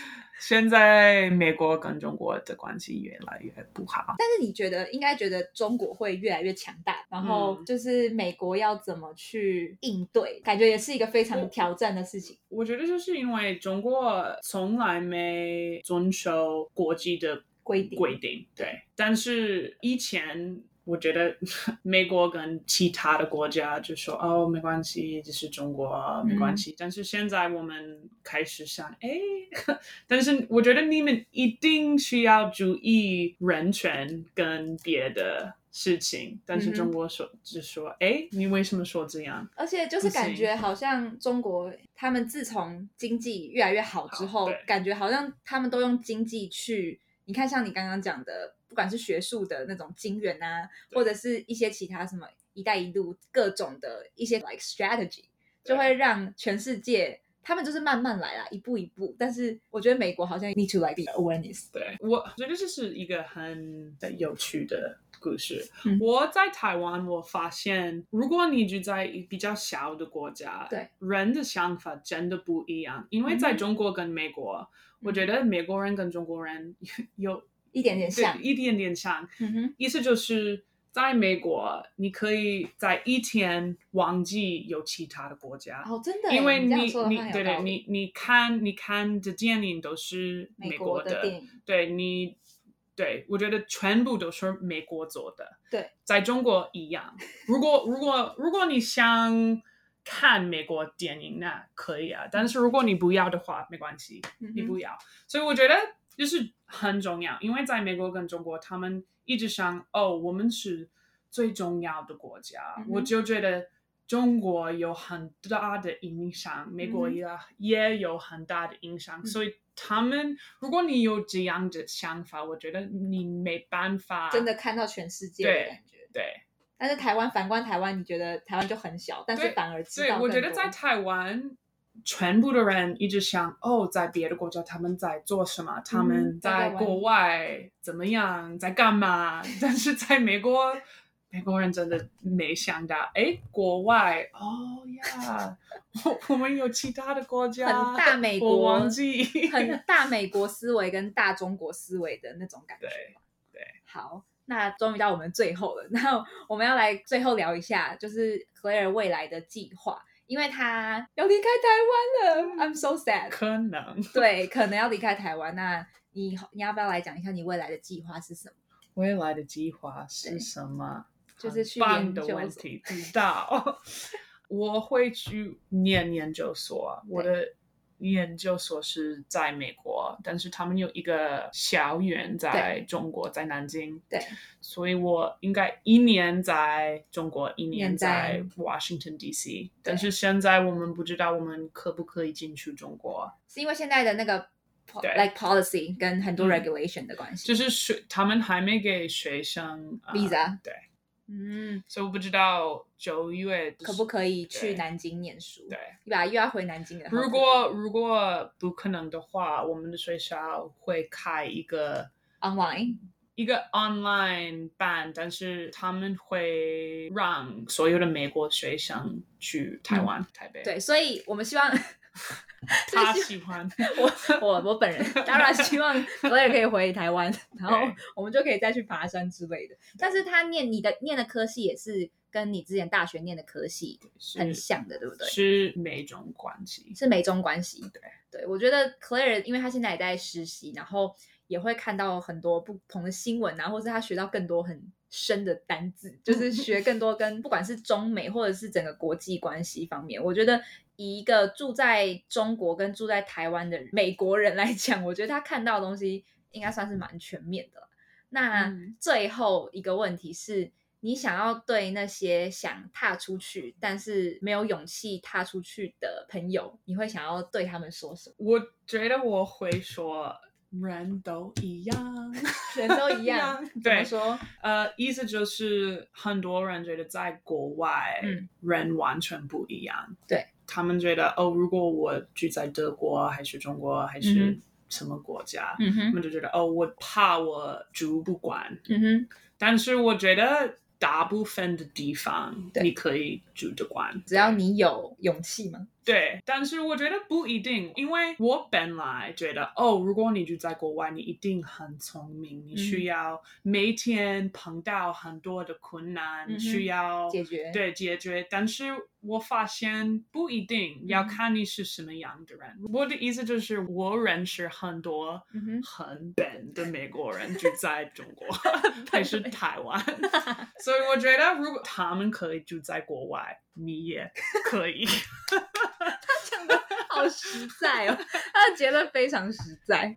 [SPEAKER 4] 现在美国跟中国的关系越来越不好，
[SPEAKER 2] 但是你觉得应该觉得中国会越来越强大，然后
[SPEAKER 4] 嗯
[SPEAKER 2] 就是美国要怎么去应对，感觉也是一个非常挑战的事情。
[SPEAKER 4] 我觉得就是因为中国从来没遵守国际的
[SPEAKER 2] 规定
[SPEAKER 4] 规定，对。但是以前我觉得 美国跟其他的国家就说哦没关系，这是中国啊没
[SPEAKER 2] 嗯
[SPEAKER 4] 关系。但是现在我们开始想，哎， 但是我觉得你们一定需要注意人权跟别的。事情，但是
[SPEAKER 2] 嗯哼
[SPEAKER 4] 中国说、就说，哎，你为什么说这样？
[SPEAKER 2] 而且就是
[SPEAKER 4] 不行
[SPEAKER 2] 感觉好像中国他们自从经济越来越好之
[SPEAKER 4] 好
[SPEAKER 2] 后
[SPEAKER 4] 对，
[SPEAKER 2] 感觉好像他们都用经济去，你看像你刚刚讲的，不管是学术的那种金源啊，
[SPEAKER 4] 对
[SPEAKER 2] 或者是一些其他什么“一带一路”各种的一些 like strategy，就会让全世界。他们就是慢慢来啦，一步一步。但是我觉得美国好像 need to like be awareness。
[SPEAKER 4] 对我觉得这是一个很有趣的故事。
[SPEAKER 2] 嗯
[SPEAKER 4] 我在台湾，我发现如果你住在比较小的国家，
[SPEAKER 2] 对
[SPEAKER 4] 人的想法真的不一样。因为在
[SPEAKER 2] 嗯
[SPEAKER 4] 中国跟美国，我觉得美国人跟中国人 有
[SPEAKER 2] 一点点像
[SPEAKER 4] 对一点点像。
[SPEAKER 2] 嗯哼，
[SPEAKER 4] 意思就是。在美国，你可以在一天忘记有其他的国家，
[SPEAKER 2] 哦，真的耶，
[SPEAKER 4] 因为
[SPEAKER 2] 你这
[SPEAKER 4] 你
[SPEAKER 2] 样说的话很有
[SPEAKER 4] 对
[SPEAKER 2] 道
[SPEAKER 4] 对，
[SPEAKER 2] 理
[SPEAKER 4] 你你看你看的电影都是
[SPEAKER 2] 美
[SPEAKER 4] 国
[SPEAKER 2] 国的电影，
[SPEAKER 4] 对你对我觉得全部都是美国做的，
[SPEAKER 2] 对，
[SPEAKER 4] 在中国一样。如果如果如果你想看美国电影，那可以啊，但是如果你不要的话，没关系，
[SPEAKER 2] 嗯
[SPEAKER 4] 你
[SPEAKER 2] 哼
[SPEAKER 4] 不要。所以我觉得就是很重要，因为在美国跟中国，他们一直想哦，我们是最重要的国家，
[SPEAKER 2] 嗯哼
[SPEAKER 4] 我就觉得。中国有很大的影响，美国
[SPEAKER 2] 嗯哼
[SPEAKER 4] 也、也有很大的影响，
[SPEAKER 2] 嗯
[SPEAKER 4] 所以他们，如果你有这样的想法，我觉得你没办法
[SPEAKER 2] 真的看到全世界的
[SPEAKER 4] 对
[SPEAKER 2] 感觉。
[SPEAKER 4] 对。
[SPEAKER 2] 但是台湾反观台湾，你觉得台湾就很小，但是
[SPEAKER 4] 对
[SPEAKER 2] 反而知
[SPEAKER 4] 所以
[SPEAKER 2] 道
[SPEAKER 4] 我觉
[SPEAKER 2] 更多
[SPEAKER 4] 得在台湾，全部的人一直想哦，在别的国家他们在做什么，他们在
[SPEAKER 2] 嗯在干嘛
[SPEAKER 4] 国外怎么样，在干嘛？ 但是在美国，美国人真的没想到，哎，国外哦呀， 我我们有其他的国家，
[SPEAKER 2] 很大美
[SPEAKER 4] 我
[SPEAKER 2] 国
[SPEAKER 4] 忘记，
[SPEAKER 2] 很大美国思维跟大中国思维的那种感觉
[SPEAKER 4] 对
[SPEAKER 2] 嘛。
[SPEAKER 4] 对
[SPEAKER 2] 好，那终于到我们最后了，那我们要来最后聊一下，就是 Claire 未来的计划，因为她要离开台湾了，I'm so sad。
[SPEAKER 4] 可能。
[SPEAKER 2] 对，可能要离开台湾，那你你要不要来讲一下你未来的计划是什么？
[SPEAKER 4] 未来的计划
[SPEAKER 2] 对
[SPEAKER 4] 是什么？
[SPEAKER 2] 就是去
[SPEAKER 4] 很棒
[SPEAKER 2] 研
[SPEAKER 4] 的
[SPEAKER 2] 究
[SPEAKER 4] 问
[SPEAKER 2] 所
[SPEAKER 4] 题，知道？ 我会去念研究所，我的研究所是在美国，但是他们有一个校园在中国，在南京。
[SPEAKER 2] 对，
[SPEAKER 4] 所以我应该一年在中国，一年
[SPEAKER 2] 年在
[SPEAKER 4] 在 Washington D.C.，但是现在我们不知道我们可不可以进去中国。
[SPEAKER 2] 是因为现在的那个 po-
[SPEAKER 4] 对
[SPEAKER 2] like policy 跟很多
[SPEAKER 4] 嗯
[SPEAKER 2] regulation 的关系，
[SPEAKER 4] 就是学，他们还没给学生、呃
[SPEAKER 2] visa
[SPEAKER 4] 对，
[SPEAKER 2] 嗯，
[SPEAKER 4] 所以我不知道九月
[SPEAKER 2] 可不可以去
[SPEAKER 4] 对
[SPEAKER 2] 南京念书？
[SPEAKER 4] 对。
[SPEAKER 2] 对吧？又要回南京了。
[SPEAKER 4] 如果如果不可能的话，我们的学校会开一个
[SPEAKER 2] online
[SPEAKER 4] 一个 online 班，但是他们会让所有的美国学生去台湾、台北。，
[SPEAKER 2] 嗯对，所以我们 希望
[SPEAKER 4] 他 喜欢。
[SPEAKER 2] 我我我本人当然希望我也可以回台湾，然后我们就可以再去爬山之类的。但是他念你的念的科系也是跟你之前大学念的科系
[SPEAKER 4] 是
[SPEAKER 2] 很像的，对不对？
[SPEAKER 4] 是每种关系。
[SPEAKER 2] 是美中关系。
[SPEAKER 4] 对，
[SPEAKER 2] 对我觉得 Claire，因为她现在也在实习，然后也会看到很多不同的新闻啊，或是她学到更多很深的单字，就是学更多跟不管是中美或者是整个国际关系方面，我觉得。以一个住在中国跟住在台湾的美国人来讲，我觉得他看到的东西应该算是蛮全面的啦。那
[SPEAKER 4] 嗯
[SPEAKER 2] 最后一个问题是，你想要对那些想踏出去但是没有勇气踏出去的朋友，你会想要对他们说什么？
[SPEAKER 4] 我觉得我会说，人都一样。
[SPEAKER 2] 人都 一样，
[SPEAKER 4] 一样
[SPEAKER 2] 怎么
[SPEAKER 4] 对
[SPEAKER 2] 说？
[SPEAKER 4] 呃，意思就是很多人觉得在国外，
[SPEAKER 2] 嗯
[SPEAKER 4] 人完全不一样。
[SPEAKER 2] 对，
[SPEAKER 4] 他们觉得哦，如果我住在德国还是中国还
[SPEAKER 2] 嗯
[SPEAKER 4] 是什么国家，
[SPEAKER 2] 嗯
[SPEAKER 4] 他
[SPEAKER 2] 哼，
[SPEAKER 4] 们就觉得哦，我怕我住不惯。
[SPEAKER 2] 嗯哼，
[SPEAKER 4] 但是我觉得大部分的地方
[SPEAKER 2] 对
[SPEAKER 4] 你可以住得惯，
[SPEAKER 2] 只要你有勇气嘛。
[SPEAKER 4] 对，但是我觉得不一定，因为我本来觉得哦，如果你住在国外，你一定很聪明，你
[SPEAKER 2] 嗯
[SPEAKER 4] 需要每天碰到很多的困难，
[SPEAKER 2] 嗯哼
[SPEAKER 4] 需要
[SPEAKER 2] 解决
[SPEAKER 4] 对解决。但是我发现不一定，
[SPEAKER 2] 嗯
[SPEAKER 4] 要看你是什么样的人。我的意思就是，我认识很多
[SPEAKER 2] 嗯哼
[SPEAKER 4] 很笨的美国人住在中 国还是台湾，所以我觉得如果他们可以住在国外，你也可以。
[SPEAKER 2] 好实在哦，他的结论非常实在。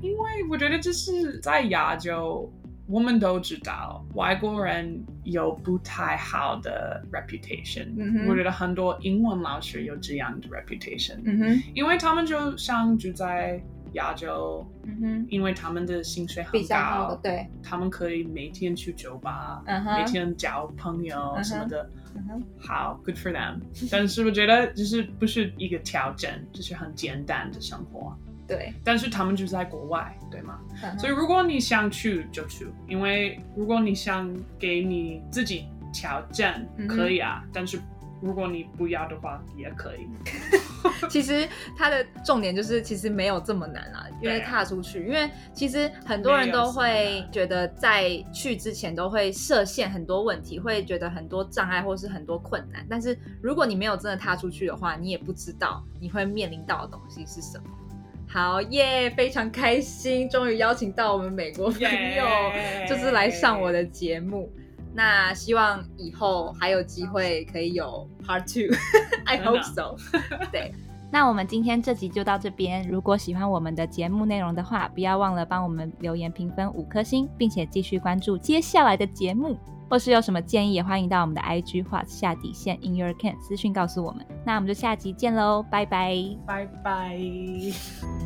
[SPEAKER 4] 因为我觉得这是在亚洲，我们都知道外国人有不太好的 reputation、
[SPEAKER 2] 嗯哼
[SPEAKER 4] 我觉得很多英文老师有这样的 reputation，、
[SPEAKER 2] 嗯哼，
[SPEAKER 4] 因为他们就像住在亚洲，
[SPEAKER 7] 嗯哼，
[SPEAKER 4] 因为他们的薪水很
[SPEAKER 7] 比较高的
[SPEAKER 4] 高，哦
[SPEAKER 7] 对，
[SPEAKER 4] 他们可以每天去酒吧，
[SPEAKER 7] 嗯哼，
[SPEAKER 4] 每天交朋友什么的。
[SPEAKER 7] 嗯哼，
[SPEAKER 4] 好，good for them。但是我觉得就是不是一个挑战，就是很简单的生活。
[SPEAKER 7] 对，
[SPEAKER 4] 但是他们就在国外，对吗？
[SPEAKER 7] 嗯
[SPEAKER 4] 所以
[SPEAKER 7] 哼
[SPEAKER 4] 如果你想去就去，因为如果你想给你自己挑战
[SPEAKER 7] 嗯，哼
[SPEAKER 4] 可以啊。但是如果你不要的话，也可 以。
[SPEAKER 2] 其实它的重点就是，其实没有这么难啦，因为
[SPEAKER 4] 对啊
[SPEAKER 2] 踏出去，因为其实很多人都
[SPEAKER 4] 没有这么
[SPEAKER 2] 会
[SPEAKER 4] 难
[SPEAKER 2] 觉得在去之前都会设限很多问题，会觉得很多障碍或是很多困难。但是如果你没有真的踏出去的话，你也不知道你会面临到的东西是什么。好耶非常开心，终于邀请到我们美国朋友。
[SPEAKER 4] 耶
[SPEAKER 2] 哦就是来上我的节目。那希望以后还有机会可以有 Part Two，I
[SPEAKER 4] 真的
[SPEAKER 2] hope so。
[SPEAKER 8] 那我们今天这集就到这边。如果喜欢我们的节目内容的话，不要忘了帮我们留言评分五颗星，并且继续关注接下来的节目。或是有什么建议，也欢迎到我们的 IG 画下底线 in your can 私讯告诉我们。那我们就下集见喽，拜拜。
[SPEAKER 4] 拜拜。